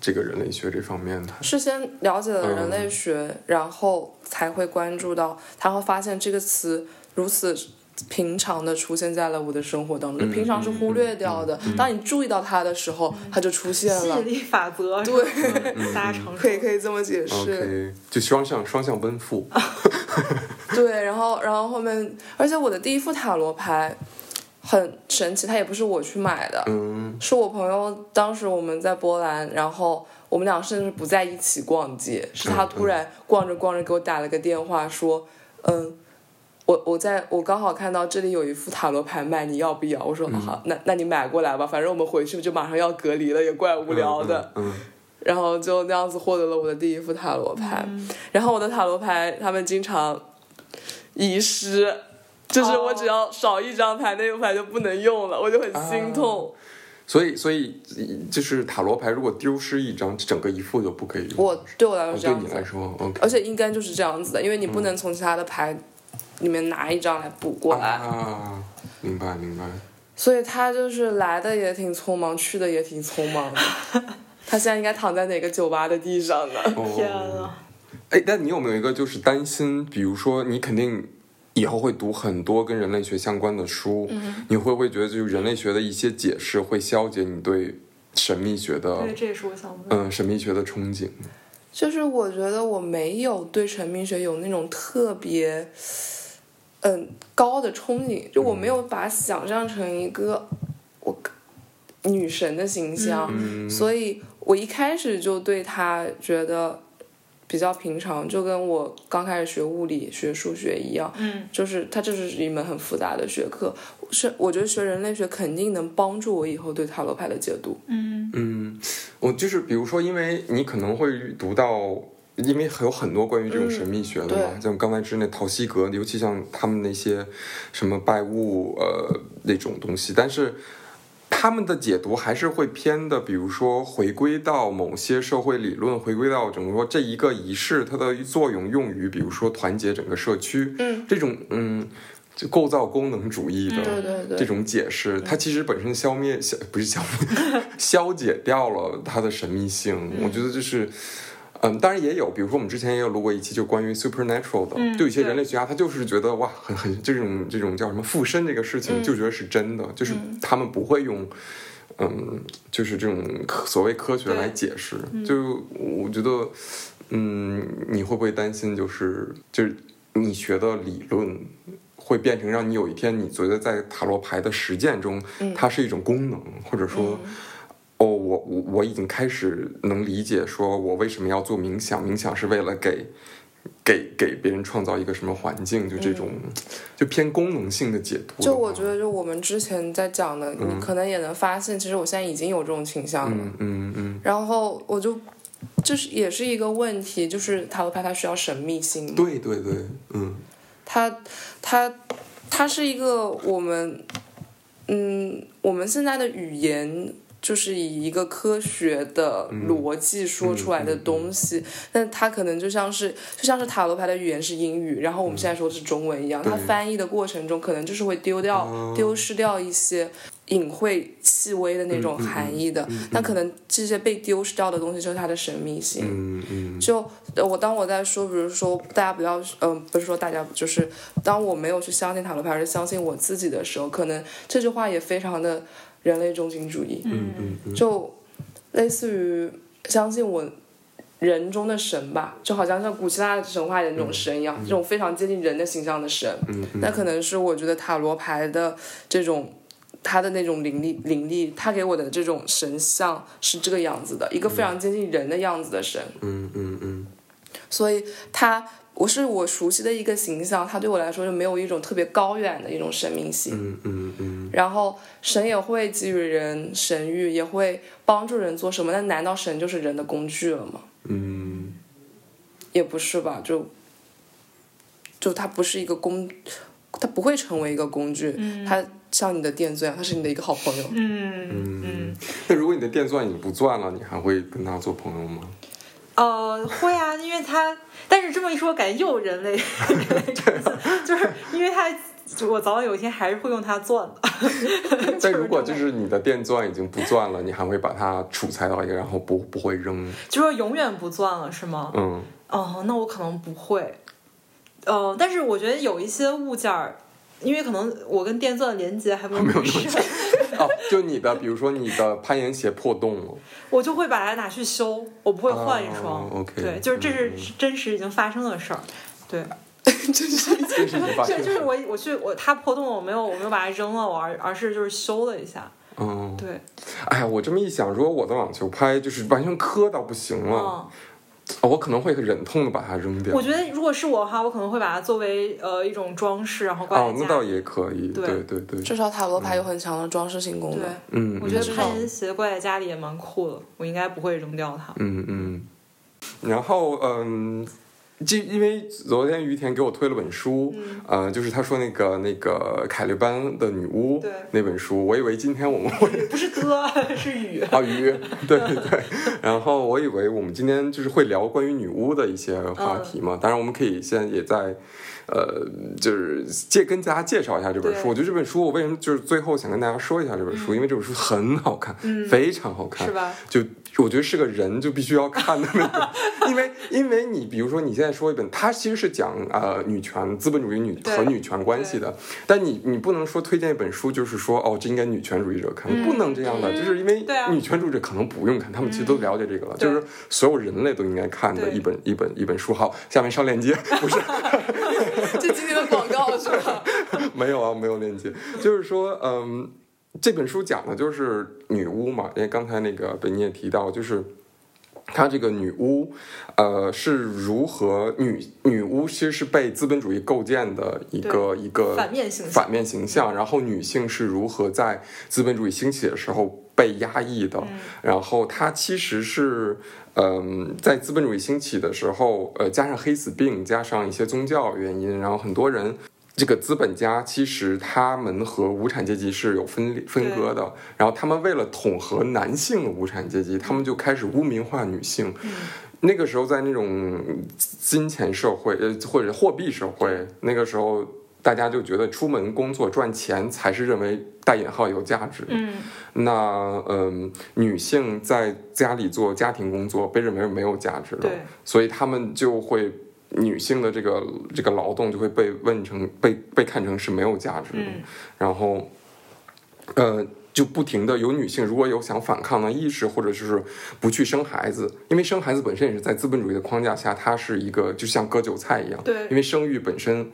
Speaker 1: 这个人类学这方面的。
Speaker 3: 事先了解了人类学，然后才会关注到，他会发现这个词如此平常的出现在了我的生活当中，平常是忽略掉的。当你注意到它的时候，它就出
Speaker 1: 嗯
Speaker 3: 现
Speaker 2: 吸
Speaker 3: 了
Speaker 2: 引。力法则，对，大家常
Speaker 3: 可以
Speaker 2: 说。
Speaker 3: 可以这么解释。
Speaker 1: OK，就双向双向奔赴。
Speaker 3: 对，然后然后后面，而且我的第一副塔罗牌很神奇，它也不是我去买的，
Speaker 1: 嗯
Speaker 3: 是我朋友当时我们在波兰，然后我们俩甚至不在一起逛街，
Speaker 1: 嗯
Speaker 3: 是他突然逛着逛着给我打了个电话说，嗯。我我在我刚好看到这里有一副塔罗牌卖，你要不要？我说、
Speaker 1: 嗯
Speaker 3: 好，那那你买过来吧，反正我们回去就马上要隔离了，也怪无聊的。
Speaker 1: 嗯，
Speaker 3: 然后就那样子获得了我的第一副塔罗牌。
Speaker 1: 嗯
Speaker 3: 然后我的塔罗牌他们经常遗失，就是
Speaker 2: 哦
Speaker 3: 我只要少一张牌，那副牌就不能用了，我就很
Speaker 1: 啊
Speaker 3: 心痛。
Speaker 1: 所以所以就是塔罗牌如果丢失一张，整个一副就不可以用。哦
Speaker 3: 我对我来说是这
Speaker 1: 对
Speaker 3: 样
Speaker 1: 你来
Speaker 3: 子，
Speaker 1: 说，OK。
Speaker 3: 而且应该就是这样子的，因为你不能从其他的牌里面拿一张来补过来，
Speaker 1: 啊，明白明白。
Speaker 3: 所以他就是来的也挺匆忙，去的也挺匆忙的。 他现在应该躺在哪个酒吧的地上呢？
Speaker 1: 哦
Speaker 2: 天啊！
Speaker 1: 哎，但你有没有一个就是担心，比如说你肯定以后会读很多跟人类学相关的书，
Speaker 3: 嗯
Speaker 1: 你会不会觉得就是人类学的一些解释会消解你对神秘学的
Speaker 2: 对，这也是我想问。
Speaker 1: 嗯、神秘学的憧憬？
Speaker 3: 就是我觉得我没有对神秘学有那种特别，嗯，高的憧憬，就我没
Speaker 1: 嗯
Speaker 3: 有把它想象成一个我女神的形象，
Speaker 1: 嗯
Speaker 3: 所以我一开始就对她觉得比较平常，就跟我刚开始学物理、学数学一样，
Speaker 2: 嗯，
Speaker 3: 就是它这是一门很复杂的学科，是我觉得学人类学肯定能帮助我以后对塔罗牌的解读，
Speaker 2: 嗯
Speaker 1: 嗯，我就是比如说，因为你可能会读到。因为有很多关于这种神秘学的嘛，
Speaker 3: 嗯对
Speaker 1: 像刚才之那陶希格，尤其像他们那些什么拜物呃那种东西，但是他们的解读还是会偏的，比如说回归到某些社会理论，回归到整个说这一个仪式它的作用用于，比如说团结整个社区，
Speaker 3: 嗯，
Speaker 1: 这种嗯就构造功能主义的，
Speaker 3: 对对对，
Speaker 1: 这种解释，它其实本身消灭消不是消灭， 消解掉了它的神秘性。我觉得就是，嗯，当然也有，比如说我们之前也有录过一期，就关于 supernatural 的，
Speaker 2: 嗯
Speaker 1: 就有些
Speaker 2: 对
Speaker 1: 人类学家他就是觉得哇，很很这种这种叫什么附身这个事
Speaker 3: 嗯
Speaker 1: 情，就觉得是真的，就是他们不会用。嗯，就是这种科所谓科学来解释，
Speaker 3: 嗯
Speaker 1: 就我觉得，嗯，你会不会担心，就是就是你学的理论会变成让你有一天你觉得在塔罗牌的实践中，
Speaker 3: 嗯
Speaker 1: 它是一种功能，或者说。哦，我我我已经开始能理解，说我为什么要做冥想？冥想是为了给给给别人创造一个什么环境？就这种、就偏功能性的解读的话。
Speaker 3: 嗯就我觉得，就我们之前在讲的，你可能也能发现，其实我现在已经有这种倾向了。
Speaker 1: 嗯嗯嗯，
Speaker 3: 然后我就就是也是一个问题，就是塔罗牌它需要神秘性嘛，
Speaker 1: 对对对，嗯
Speaker 3: 它它它是一个我们嗯我们现在的语言。就是以一个科学的
Speaker 1: 嗯
Speaker 3: 逻辑说出来的东西，但它可能就像是就像是塔罗牌的语言是英语，然后我们现在说的是中文一样，它
Speaker 1: 嗯对
Speaker 3: 翻译的过程中可能就是会丢掉、
Speaker 1: 哦
Speaker 3: 丢失掉一些隐晦细微的
Speaker 1: 嗯
Speaker 3: 那种含义的，那可能这些被丢失掉的东西就是它的神秘性。
Speaker 1: 嗯嗯，
Speaker 3: 就呃我当我在说，比如说大家不要，嗯、不是说大家，就是当我没有去相信塔罗牌，而是相信我自己的时候，可能这句话也非常的人类中心主义，
Speaker 1: 嗯嗯嗯，
Speaker 3: 就类似于相信我人中的神吧，就好像像古希腊的神话里的那种神一样，这种非常接近人的形象的
Speaker 1: 嗯
Speaker 3: 神，那可能是我觉得塔罗牌的这种。它的那种灵力，灵力，它给我的这种神像是这个样子的，一个非常接近人的样子的神。
Speaker 1: 嗯嗯嗯，
Speaker 3: 所以它我是我熟悉的一个形象，它对我来说就没有一种特别高远的一种神明性。
Speaker 1: 嗯嗯嗯，
Speaker 3: 然后神也会给予人神谕，也会帮助人做什么。那难道神就是人的工具了吗？
Speaker 1: 嗯，
Speaker 3: 也不是吧，就就它不是一个工，它不会成为一个工具，它像你的电钻，它是你的一个好朋友。
Speaker 2: 嗯嗯，
Speaker 1: 那如果你的电钻已经不钻了，你还会跟他做朋友吗？
Speaker 2: 呃，会啊，因为他，但是这么一说，感觉又人 类，就是因为他，我早晚有一天还是会用它钻的。
Speaker 1: 但如果就是你的电钻已经不钻了，你还会把它储裁到一个，然后不不会扔？
Speaker 2: 就说永远不钻了是吗？
Speaker 1: 嗯
Speaker 2: 哦，那我可能不会。呃，但是我觉得有一些物件儿，因为可能我跟电钻的连接还没有那么深，
Speaker 1: 哦，就你的，比如说你的攀岩鞋破洞了，
Speaker 2: 我就会把它拿去修，我不会换一双。
Speaker 1: 哦，OK
Speaker 2: 对，就是这是真实已经发生的事儿。对，
Speaker 1: 这是你发
Speaker 2: 对，
Speaker 1: 现
Speaker 2: 就是我我去我它破洞了，我没有我没有把它扔了，我而而是就是修了一下。
Speaker 1: 嗯，
Speaker 2: 对，
Speaker 1: 哎呀，我这么一想，如果我的网球拍就是完全磕到不行了，
Speaker 2: 嗯，
Speaker 1: 哦我可能会忍痛的把它扔掉
Speaker 2: 我。觉得如果是我的话，我可能会把它作为呃一种装饰，然后挂
Speaker 1: 哦
Speaker 2: 在，
Speaker 1: 那
Speaker 2: 家
Speaker 1: 倒
Speaker 2: 里。
Speaker 1: 也可以，
Speaker 2: 对
Speaker 1: 对对对，
Speaker 3: 至少塔罗牌有很强的装饰性功
Speaker 2: 对
Speaker 3: 能。，
Speaker 1: 嗯，
Speaker 2: 我觉
Speaker 1: 嗯
Speaker 2: 得攀岩鞋挂在家里也蛮酷的，我应该不会扔 掉它。
Speaker 1: 嗯嗯，然后嗯。就因为昨天于田给我推了本书，呃，就是他说那个那个凯利班的女巫
Speaker 2: 对
Speaker 1: 那本书，我以为今天我们会
Speaker 2: 不是歌，是雨。
Speaker 1: 啊 鱼，对对对，然后我以为我们今天就是会聊关于女巫的一些
Speaker 2: 嗯
Speaker 1: 话题嘛，当然我们可以现在也在，呃，就是介跟大家介绍一下这本书。
Speaker 2: 对嗯
Speaker 1: 我觉得这本书我为什么就是最后想跟大家说一下这本书，因为这本书很好看，非常好看，
Speaker 2: 是吧？
Speaker 1: 就我觉得是个人就必须要看的那 个，因为因为你比如说你现在说一本，它其实是讲呃女权、资本主义女
Speaker 2: 对
Speaker 1: 和女权关系的，但你你不能说推荐一本书就是说哦这应该女权主义者看，不能这样的，就是因为
Speaker 2: 嗯对啊
Speaker 1: 女权主义者可能不用看，他们其实都了解这个了，
Speaker 2: 嗯对
Speaker 1: 就是所有人类都应该看的
Speaker 2: 对
Speaker 1: 一本一本一本书。好，下面上链接，不是。
Speaker 3: 这今天的广告是吧？
Speaker 1: 没有啊，没有链接。就是说，嗯，这本书讲的就是女巫嘛，因为刚才那个本你也提到，就是。她这个女巫，呃，是如何女女巫其实是被资本主义构建的一个一个
Speaker 2: 反面形象
Speaker 1: 反面形象，然后女性是如何在资本主义兴起的时候被压抑的，
Speaker 2: 嗯
Speaker 1: 然后她其实是，嗯、在资本主义兴起的时候，呃，加上黑死病，加上一些宗教原因，然后很多人。这个资本家其实他们和无产阶级是有分裂分割的，然后他们为了统合男性的无产阶级，他们就开始污名化女性。
Speaker 2: 嗯
Speaker 1: 那个时候，在那种金钱社会，呃，或者货币社会，那个时候大家就觉得出门工作赚钱才是认为带引号有价值。
Speaker 2: 嗯，
Speaker 1: 那嗯、女性在家里做家庭工作被认为没有价值的
Speaker 2: 对，
Speaker 1: 所以她们就会女性的这个这个劳动就会被问成被被看成是没有价值的，
Speaker 2: 嗯
Speaker 1: 然后呃。就不停的有女性，如果有想反抗的意识，或者就是不去生孩子，因为生孩子本身也是在资本主义的框架下，它是一个就像割韭菜一样，
Speaker 2: 对
Speaker 1: 因为生育本身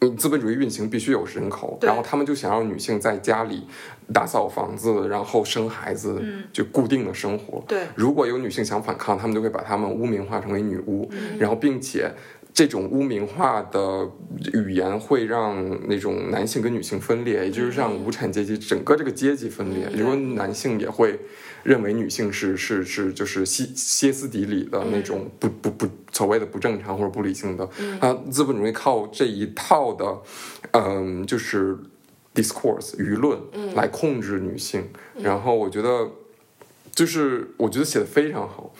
Speaker 1: 嗯，资本主义运行必须有人口，
Speaker 2: 对
Speaker 1: 然后他们就想让女性在家里打扫房子，然后生孩子，
Speaker 2: 嗯
Speaker 1: 就固定的生活。
Speaker 2: 对
Speaker 1: 如果有女性想反抗，他们就会把她们污名化成为女巫，然后并且这种污名化的语言会让那种男性跟女性分裂，也就是让无产阶级整个这个阶级分裂。如果男性也会认为女性是是是就是歇歇斯底里的那种不不不所谓的不正常或者不理性的，啊，资本主义靠这一套的，嗯，就是。discourse 舆论来控制女性，然后我觉得就是我觉得写的非常好，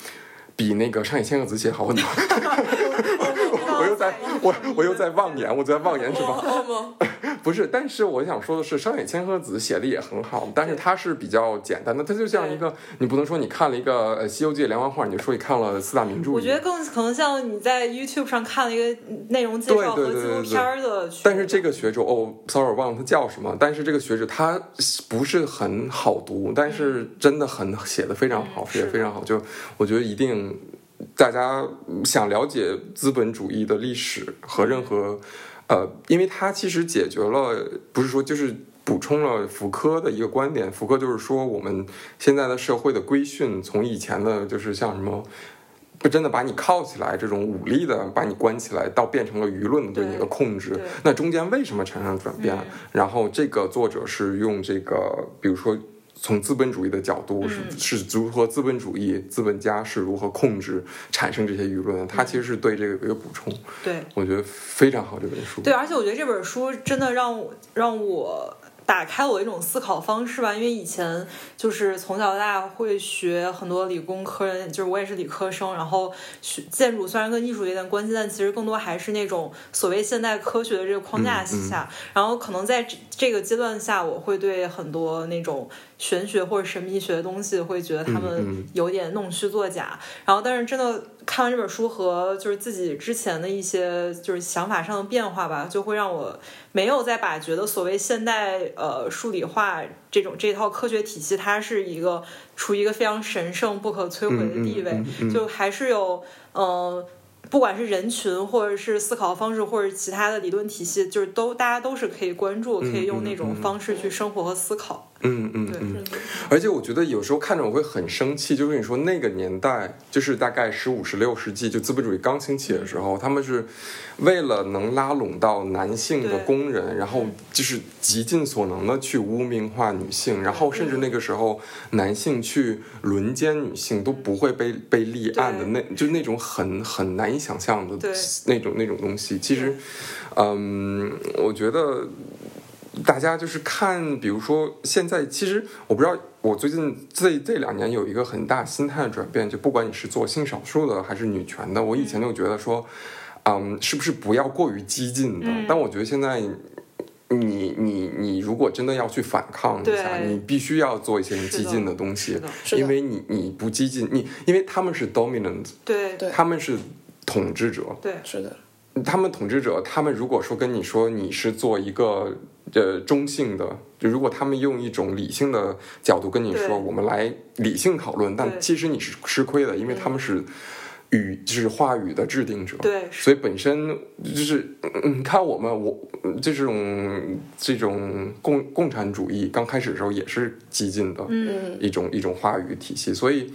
Speaker 1: 比那个上野千鹤子写好很 多。 我又在我我又在妄言，我在妄言什么？
Speaker 3: 哦吗？
Speaker 1: 不是，但是我想说的是，上野千鹤子写的也很好，但是它是比较简单的，它就像一个，你不能说你看了一个呃《西游记》连环画，你就说你看了四大名著一样。
Speaker 2: 我觉得更可能像你在 YouTube 上看了一个内容介绍
Speaker 1: 对对对
Speaker 2: 和纪录
Speaker 1: 对对
Speaker 2: 片儿的区别，
Speaker 1: 但是这个学者哦，sorry，我忘了他叫什么。但是这个学者他不是很好读，但是真的很写的非常好，嗯写的非常好。就我觉得一定，大家想了解资本主义的历史和任何呃，因为它其实解决了，不是说就是。补充了福柯的一个观点，福柯就是说，我们现在的社会的规训，从以前的就是像什么不真的把你铐起来，这种武力的把你关起来，到变成了舆论对你的控制
Speaker 2: 对对。
Speaker 1: 那中间为什么产生了转变？然后这个作者是用这个，比如说。从资本主义的角度是、是如何资本主义资本家是如何控制产生这些舆论的？他其实是对这个有一个补充，
Speaker 2: 对
Speaker 1: 我觉得非常好这本书。
Speaker 2: 对，而且我觉得这本书真的让我让我打开我一种思考方式吧，因为以前就是从小到大会学很多理工科，就是我也是理科生，然后学建筑虽然跟艺术有点关系，但其实更多还是那种所谓现代科学的这个框架
Speaker 1: 嗯
Speaker 2: 下，然后可能在这这个阶段下，我会对很多那种玄学或者神秘学的东西，会觉得他
Speaker 1: 嗯
Speaker 2: 们
Speaker 1: 嗯
Speaker 2: 有点弄虚作假，然后，但是真的看完这本书和就是自己之前的一些就是想法上的变化吧，就会让我没有再把觉得所谓现代呃数理化这种这套科学体系，它是一个处于一个非常神圣不可摧毁的地位，
Speaker 1: 嗯嗯嗯嗯
Speaker 2: 就还是有嗯。呃不管是人群，或者是思考方式，或者其他的理论体系，就是都大家都是可以关注，可以用那种方式去生活和思考。
Speaker 1: 嗯嗯
Speaker 2: 对
Speaker 1: 嗯。而且我觉得有时候看着我会很生气，就是你说那个年代，就是大概十五、十六世纪，就资本主义刚兴起的时候，他们是为了能拉拢到男性的
Speaker 2: 对
Speaker 1: 工人，然后就是极尽所能的去污名化女性，然后甚至那个时候男性去轮奸女性都不会被被立案的那，就那种很很难以想象的
Speaker 2: 对
Speaker 1: 那种那种东西。其实，嗯，我觉得大家就是看，比如说现在，其实我不知道，我最近这这两年有一个很大心态的转变，就不管你是做性少数的还是女权的，我以前就觉得说，嗯，是不是不要过于激进的？
Speaker 3: 嗯
Speaker 1: 但我觉得现在。你你你，如果真的要去反抗一下，
Speaker 2: 对
Speaker 1: 你必须要做一些
Speaker 2: 是的
Speaker 1: 激进的东西
Speaker 2: 是的，
Speaker 3: 是的
Speaker 1: 因为你你不激进，你因为他们是 dominant，
Speaker 2: 对
Speaker 3: 对
Speaker 1: 他们是统治者，
Speaker 2: 对
Speaker 3: 是的，
Speaker 1: 他们统治者，他们如果说跟你说你是做一个呃中性的，就如果他们用一种理性的角度跟你
Speaker 2: 对
Speaker 1: 说，我们来理性讨论，但
Speaker 2: 对
Speaker 1: 其实你是吃亏的，因为他们是语就是话语的制定者，
Speaker 2: 对是
Speaker 1: 所以本身就是嗯嗯你看我们我这种这种共共产主义刚开始的时候也是激进的，
Speaker 3: 嗯，
Speaker 1: 一种一种话语体系，所以。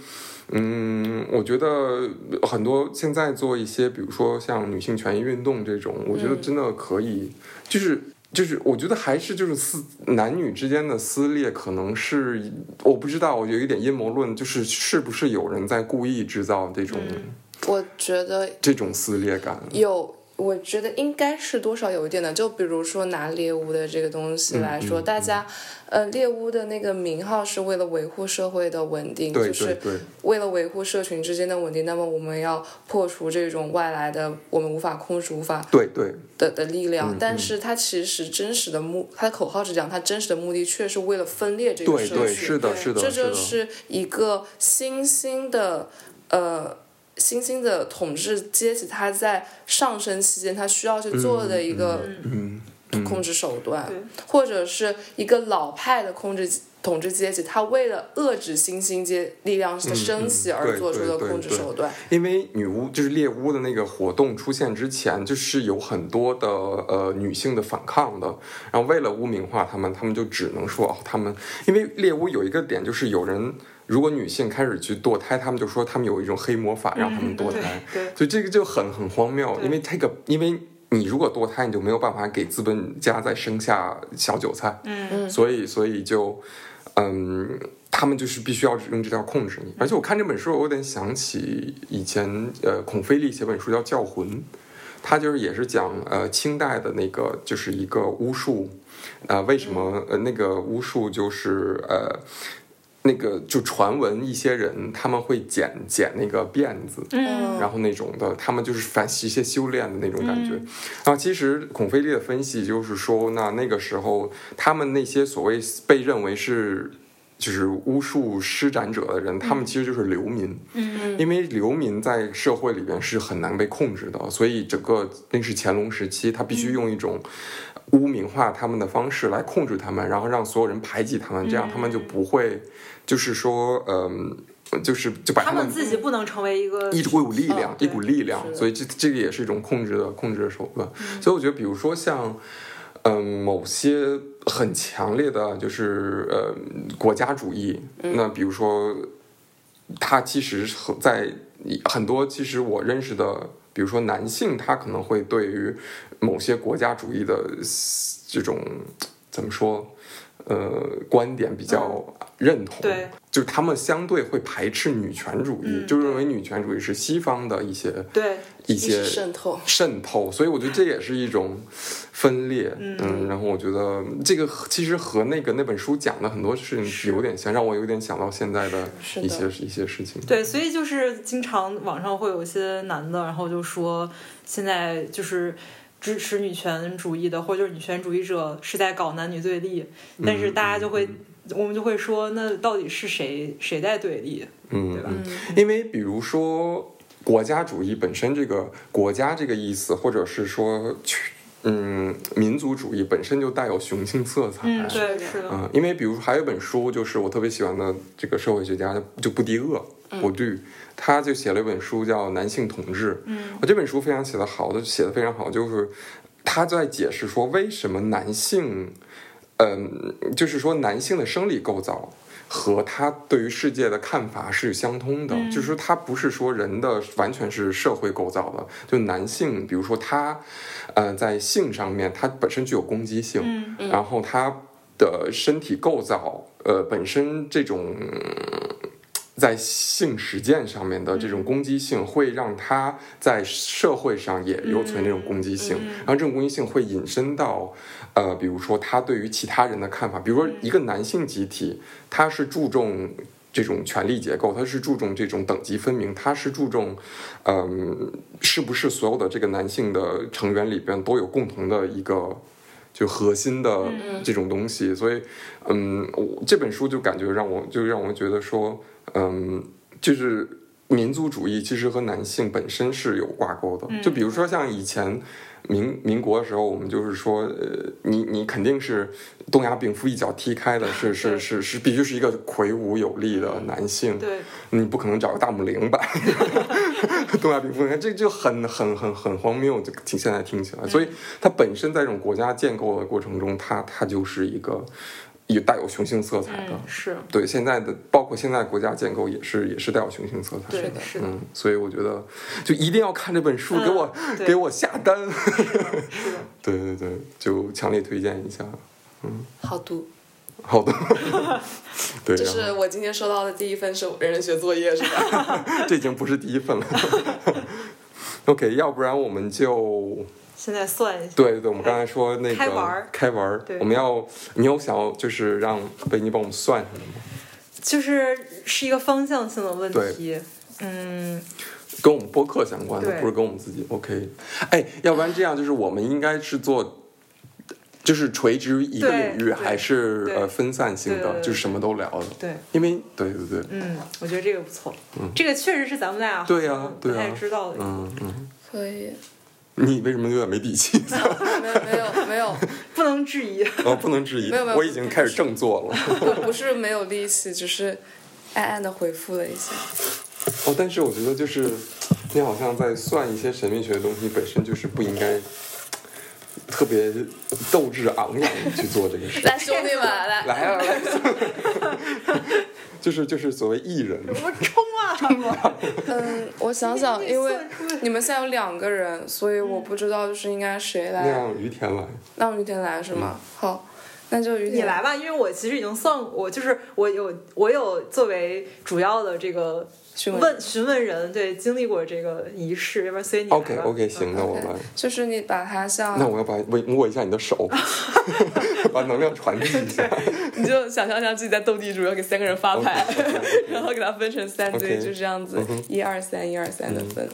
Speaker 1: 嗯，我觉得很多现在做一些，比如说像女性权益运动这种，我觉得真的可以，就是就是，我觉得还是就是撕男女之间的撕裂，可能是我不知道，我有一点阴谋论，就是是不是有人在故意制造这种、
Speaker 3: 我觉得
Speaker 1: 这种撕裂感？
Speaker 3: 有，我觉得应该是多少有一点的。就比如说拿猎巫的这个东西
Speaker 1: 嗯
Speaker 3: 来说，大家，呃，猎巫的那个名号是为了维护社会的稳定，
Speaker 1: 对
Speaker 3: 就是
Speaker 1: 对对
Speaker 3: 为了维护社群之间的稳定，那么我们要破除这种外来的我们无法控制、无法
Speaker 1: 对对，
Speaker 3: 的的力
Speaker 1: 嗯
Speaker 3: 量。但是它其实真实的目，它的口号是这样，它真实的目的却是为了分裂这个
Speaker 1: 对
Speaker 3: 社
Speaker 1: 对，
Speaker 3: 群。
Speaker 1: 是的，
Speaker 2: 对
Speaker 1: 是的，
Speaker 3: 这
Speaker 1: 是
Speaker 3: 就
Speaker 1: 的，
Speaker 3: 是一个新兴的呃新兴的统治阶级，它在上升期间，它需要去做的
Speaker 1: 嗯
Speaker 3: 一个控制手段，
Speaker 2: 对
Speaker 3: 或者是一个老派的控制统治阶级，他为了遏制新兴阶力量的升起
Speaker 1: 嗯
Speaker 3: 而
Speaker 1: 对
Speaker 3: 做出
Speaker 1: 对
Speaker 3: 的
Speaker 1: 对
Speaker 3: 控制
Speaker 1: 对
Speaker 3: 手段。
Speaker 1: 因为女巫就是猎巫的那个活动出现之前，就是有很多的呃女性的反抗的，然后为了污名化她们，她们就只能说哦，她们因为猎巫有一个点就是有人如果女性开始去堕胎，她们就说她们有一种黑魔法让她们堕胎，
Speaker 2: 对嗯对
Speaker 1: 所以这个就很很荒谬，因为这个因为。你如果堕胎，你就没有办法给资本家再生下小韭菜，
Speaker 2: 嗯，
Speaker 1: 所以所以就，嗯，他们就是必须要用这条控制你。而且我看这本书，我有点想起以前呃孔飞利写本书叫《教魂》，他就是也是讲呃清代的那个就是一个巫术，呃为什么呃那个巫术就是呃。那个就传闻，一些人他们会剪剪那个辫子，
Speaker 2: 嗯
Speaker 1: 然后那种的，他们就是反一些修炼的那种感觉。
Speaker 2: 嗯
Speaker 1: 然后其实孔飞利的分析就是说，那那个时候他们那些所谓被认为是。就是巫术施展者的人，他们其实就是流民，嗯，因为流民在社会里边是很难被控制的，所以整个那是乾隆时期，他必须用一种污名化他们的方式来控制他们，然后让所有人排挤他们，这样他们就
Speaker 2: 嗯
Speaker 1: 不会，就是说，嗯、就是就把
Speaker 2: 他
Speaker 1: 们
Speaker 2: 们自己不能成为一个呃啊
Speaker 1: 一股力量
Speaker 3: 嗯，
Speaker 1: 一
Speaker 2: 对
Speaker 1: 股力量
Speaker 3: 是，的
Speaker 1: 所以这这个也是一种控制的控制的手段。
Speaker 2: 嗯
Speaker 1: 所以我觉得，比如说像，嗯、某些很强烈的就是呃国家主义，
Speaker 2: 嗯
Speaker 1: 那比如说，他其实和在很多其实我认识的，比如说男性，他可能会对于某些国家主义的呃这种怎么说？呃，观点比较认同，
Speaker 2: 嗯对
Speaker 1: 就是他们相对会排斥女权主义，
Speaker 2: 嗯
Speaker 1: 就认为女权主义是西方的一些
Speaker 2: 对，
Speaker 1: 一
Speaker 3: 意识
Speaker 1: 些
Speaker 3: 渗透，
Speaker 1: 渗透，所以我觉得这也是一种分裂。
Speaker 2: 嗯
Speaker 1: 然后我觉得这个其实和那个那本书讲的很多事
Speaker 2: 是
Speaker 1: 情有点像，让我有点想到现在的
Speaker 3: 是
Speaker 1: 一些
Speaker 3: 的
Speaker 1: 一些事情。
Speaker 2: 对，所以就是经常网上会有一些男的，然后就说现在就是支持女权主义的，或者就是女权主义者是在搞男女对立，
Speaker 1: 嗯
Speaker 2: 但是大家就会，我们就会说，那到底是谁谁在对立？
Speaker 1: 嗯，
Speaker 2: 对吧
Speaker 1: 嗯因为比如说国家主义本身这个国家这个意思，或者是说去嗯民族主义本身就带有雄性色彩。
Speaker 2: 嗯，对，
Speaker 3: 是的
Speaker 2: 是的，
Speaker 1: 嗯，因为比如说还有一本书，就是我特别喜欢的这个社会学家就布迪厄，
Speaker 3: 嗯
Speaker 1: 布迪，他就写了一本书叫《男性统治》。
Speaker 2: 嗯，
Speaker 1: 我这本书非常写的好，就写的非常好，就是他在解释说为什么男性，嗯、就是说男性的生理构造。和他对于世界的看法是相通的，
Speaker 3: 嗯
Speaker 1: 就是说他不是说人的完全是社会构造的，就男性，比如说他，呃，在性上面他本身具有攻击性，
Speaker 2: 嗯
Speaker 1: 然后他的身体构造，呃，本身这种在性实践上面的这种攻击性，会让他在社会上也留存这种攻击性，然后这种攻击性会引申到，呃，比如说他对于其他人的看法，比如说一个男性集体，他是注重。这种权力结构，他是注重这种等级分明，他是注重，嗯，是不是所有的这个男性的成员里边都有共同的一个就核心的这种东西，所以，嗯，我这本书就感觉让我就让我觉得说，嗯，就是民族主义其实和男性本身是有挂钩的。就比如说像以前民民国的时候，我们就是说，呃，你你肯定是东亚病夫一脚踢开的，是是是是必须是一个魁梧有力的男性，
Speaker 2: 对，
Speaker 1: 你不可能找个大母零吧？ 东亚病夫，你看这就很很很很荒谬，就听现在听起来，所以
Speaker 2: 嗯
Speaker 1: 它本身在这种国家建构的过程中，它它就是一个也带有雄性色彩的。
Speaker 2: 嗯，是，
Speaker 1: 对现在的，包括现在国家建构也是也是带有雄性色彩
Speaker 2: 对
Speaker 1: 的。
Speaker 2: 的，是的，
Speaker 1: 嗯，所以我觉得就一定要看这本书，
Speaker 2: 嗯
Speaker 1: 给我
Speaker 2: 对
Speaker 1: 给我下单。
Speaker 2: 是的。
Speaker 1: 对对对，就强烈推荐一下。
Speaker 3: 好读。
Speaker 1: 好的， 对，
Speaker 3: 这
Speaker 1: 然
Speaker 3: 是
Speaker 1: 后
Speaker 3: 我今天收到的第一份是人类学作业，是吧？
Speaker 1: 这已经不是第一份了。OK，要不然我们就
Speaker 2: 现在算一下，
Speaker 1: 对对，我们刚才说那个
Speaker 2: 开玩儿
Speaker 1: 开玩儿
Speaker 2: 对
Speaker 1: 我们要你有想要就是让贝尼帮我们算什么吗？
Speaker 2: 就是是一个方向性的问题。嗯，
Speaker 1: 跟我们播客相关的，
Speaker 2: 对
Speaker 1: 不是跟我们自己。OK，哎，要不然这样就是我们应该是做。就是垂直于一个
Speaker 2: 对
Speaker 1: 领域，
Speaker 2: 对
Speaker 1: 还是
Speaker 2: 对
Speaker 1: 呃分散性
Speaker 2: 对对
Speaker 1: 的，
Speaker 2: 对
Speaker 1: 就是什么都聊的。
Speaker 2: 对，
Speaker 1: 因为对对对，
Speaker 2: 嗯，我觉得这个不错，这个确实是咱们俩
Speaker 1: 嗯对呀
Speaker 2: 好像
Speaker 1: 对
Speaker 2: 不
Speaker 1: 呀
Speaker 2: 太知道的一个。
Speaker 1: 嗯嗯
Speaker 3: 可以，
Speaker 1: 你为什么有点没底气？
Speaker 3: 没有没有没有，
Speaker 2: 不能质疑。
Speaker 1: 哦，不能质疑
Speaker 3: 没有没，有
Speaker 1: 我已经开始正坐了。
Speaker 3: 不不是没有力气，只是暗暗的回复了一下。
Speaker 1: 哦，但是我觉得就是你好像在算一些神秘学的东西，本身就是不应该特别斗志昂扬地去做这个 事。
Speaker 3: 来，兄弟们，来，
Speaker 1: 来啊，来啊 就是就是所谓艺人，
Speaker 2: 我冲啊！我
Speaker 3: 嗯，我想想，因为
Speaker 2: 算出来
Speaker 3: 你们现在有两个人，所以
Speaker 2: 嗯
Speaker 3: 我不知道就是应该谁
Speaker 1: 那
Speaker 3: 来。
Speaker 1: 样嗯于田来，
Speaker 3: 那我们于天来是吗？好，那就于天
Speaker 2: 你来吧，因为我其实已经算过，我就是我有我有作为主要的这个
Speaker 3: 询问
Speaker 2: 问询问人，对，经历过这个仪式，要不然所以你来吧 嗯
Speaker 1: OK OK，行，那我来
Speaker 3: OK，。就是你把它像
Speaker 1: 那我要把摸摸一下你的 手，把能量传递一下。
Speaker 3: 你就想象一下自己在斗地主，要给三个人发牌
Speaker 1: OK，OK，OK
Speaker 3: 然后给它分成三队
Speaker 1: 哦 OK
Speaker 3: 就这样子
Speaker 1: 嗯哼，嗯
Speaker 3: 一二三，一二三的分。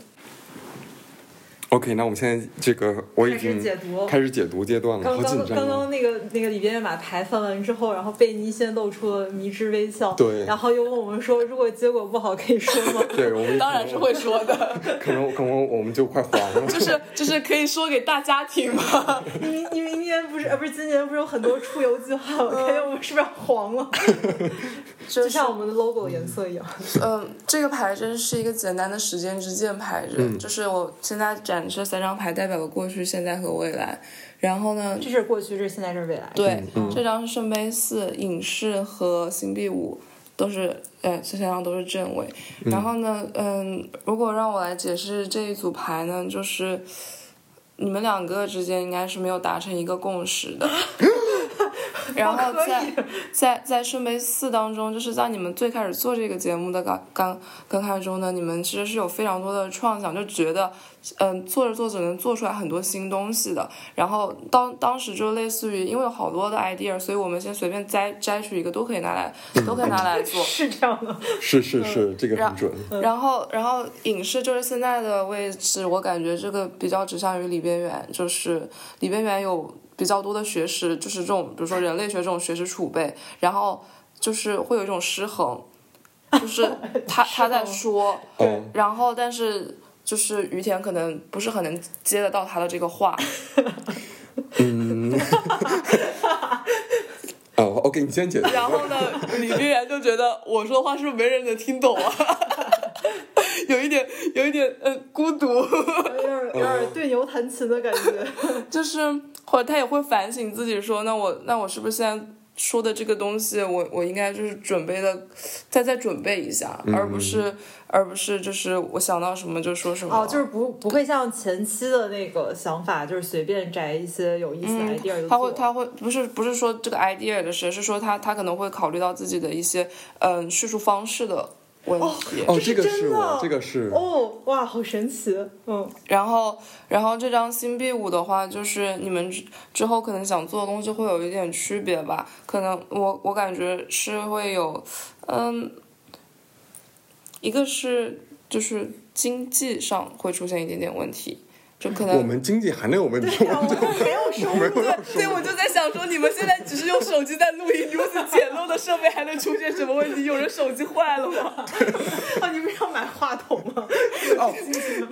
Speaker 1: OK，那我们现在这个我已经
Speaker 2: 开始解读
Speaker 1: 开始解读阶段了，
Speaker 2: 刚
Speaker 1: 好紧
Speaker 2: 刚
Speaker 1: 张
Speaker 2: 刚
Speaker 1: 啊！
Speaker 2: 刚那个那个里边把牌翻完之后，然后贝尼先露出了迷之微笑，
Speaker 1: 对
Speaker 2: 然后又问我们说，如果结果不好可以说吗？
Speaker 1: 对，我们
Speaker 3: 当然是会说的，
Speaker 1: 可能可能我们就快黄 了。
Speaker 3: 就是就是可以说给大家听嘛。
Speaker 2: 明你明年不是呃不是今年不是有很多出游计划吗？感觉我们是不是要黄了？
Speaker 3: 就
Speaker 2: 就像我们的 logo 颜色一样。
Speaker 3: 嗯，这个牌阵是一个简单的时间之箭牌阵，就是我现在展示的三张牌代表了过去、现在和未来。然后呢，
Speaker 2: 这是过去，这是现在，这是未来。
Speaker 3: 对，这张是圣杯四、隐士和星币五，都是呃，这三张都是正位。然后呢，嗯，如果让我来解释这一组牌呢，就是你们两个之间应该是没有达成一个共识的。然后在在在圣杯四当中，就是在你们最开始做这个节目的刚刚刚开始中呢，你们其实是有非常多的创想，就觉得嗯做着做着能做出来很多新东西的。然后当当时就类似于，因为有好多的 idea，所以我们先随便摘摘取一个都可以拿来都可以拿来做。
Speaker 2: 是这样的，
Speaker 1: 是是是，
Speaker 2: 嗯
Speaker 1: 这个
Speaker 3: 然
Speaker 1: 很准。
Speaker 3: 然后，然后影视就是现在的位置，我感觉这个比较指向于里边缘，就是里边缘有比较多的学识，就是这种比如说人类学这种学识储备，然后就是会有一种失衡，就是他他在说，
Speaker 1: 嗯，
Speaker 3: 然后但是就是于田可能不是很能接得到他的这个话，
Speaker 1: 哦，OK，你先解读吧。
Speaker 3: 然后呢，李冰然就觉得我说话是不是没人能听懂啊？ 有一点，有一点，呃，孤独，
Speaker 2: 有点有
Speaker 1: 嗯
Speaker 2: 点对牛弹琴的感觉。
Speaker 3: 就是或者他也会反省自己说，那我那我是不是现在说的这个东西，我我应该就是准备的，再再准备一下，而不是而不是就是我想到什么就说什么。
Speaker 2: 哦，就是不不会像前期的那个想法，就是随便摘一些有意思的 idea 就
Speaker 3: 他会，
Speaker 2: 做。
Speaker 3: 他会不是不是说这个 idea 的事，是说他他可能会考虑到自己的一些嗯叙述方式的问题。
Speaker 1: 哦，
Speaker 2: 这
Speaker 1: 这
Speaker 2: 是
Speaker 1: 个
Speaker 2: 真
Speaker 1: 是
Speaker 2: 的
Speaker 1: 我，这个是
Speaker 2: 哦，哇，好神奇，嗯，
Speaker 3: 然后，然后这张新币五的话，就是你们之之后可能想做的东西会有一点区别吧。可能我我感觉是会有，嗯，一个是就是经济上会出现一点点问题，就可
Speaker 1: 我
Speaker 3: 能。
Speaker 1: 们经济含量有问题。
Speaker 2: 啊我们没哦有收入，
Speaker 3: 对，我就在想说，你们现在只是用手机在录音，如此简陋的设备还能出现什么问题？有人手机坏了吗？
Speaker 2: 啊，你不是要买话筒吗？
Speaker 1: 哦，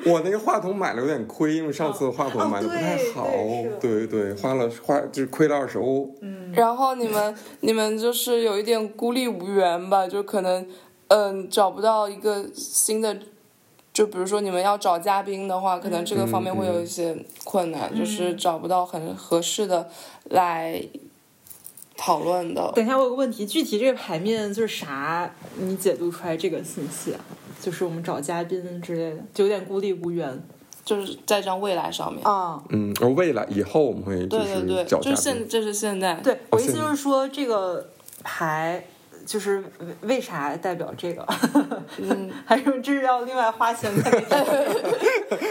Speaker 1: 我那个话筒买了有点亏，因为上次话筒买的不太好
Speaker 2: 哦哦，
Speaker 1: 对对，花了花就是亏了二十欧。
Speaker 2: 嗯
Speaker 3: 然后 你们你们就是有一点孤立无援吧，就可能嗯找不到一个新的，就比如说你们要找嘉宾的话，可能这个方面会有一些困难，
Speaker 1: 嗯
Speaker 3: 就是找不到很合适的来讨论的。
Speaker 2: 等一下，我有个问题，具体这个牌面就是啥？你解读出来这个信息啊？就是我们找嘉宾之类的，就有点孤立无援
Speaker 3: 就是在这张未来上面。
Speaker 2: 啊。
Speaker 1: 嗯，而未来以后我们会就
Speaker 3: 对对
Speaker 1: 是
Speaker 3: 对，
Speaker 1: 脚
Speaker 3: 就是
Speaker 1: 下
Speaker 3: 现这是现在。
Speaker 2: 对，我意思
Speaker 1: 现
Speaker 2: 就是说这个牌。就是为为啥代表这个？嗯， 还是这是要另外花钱才可以代表？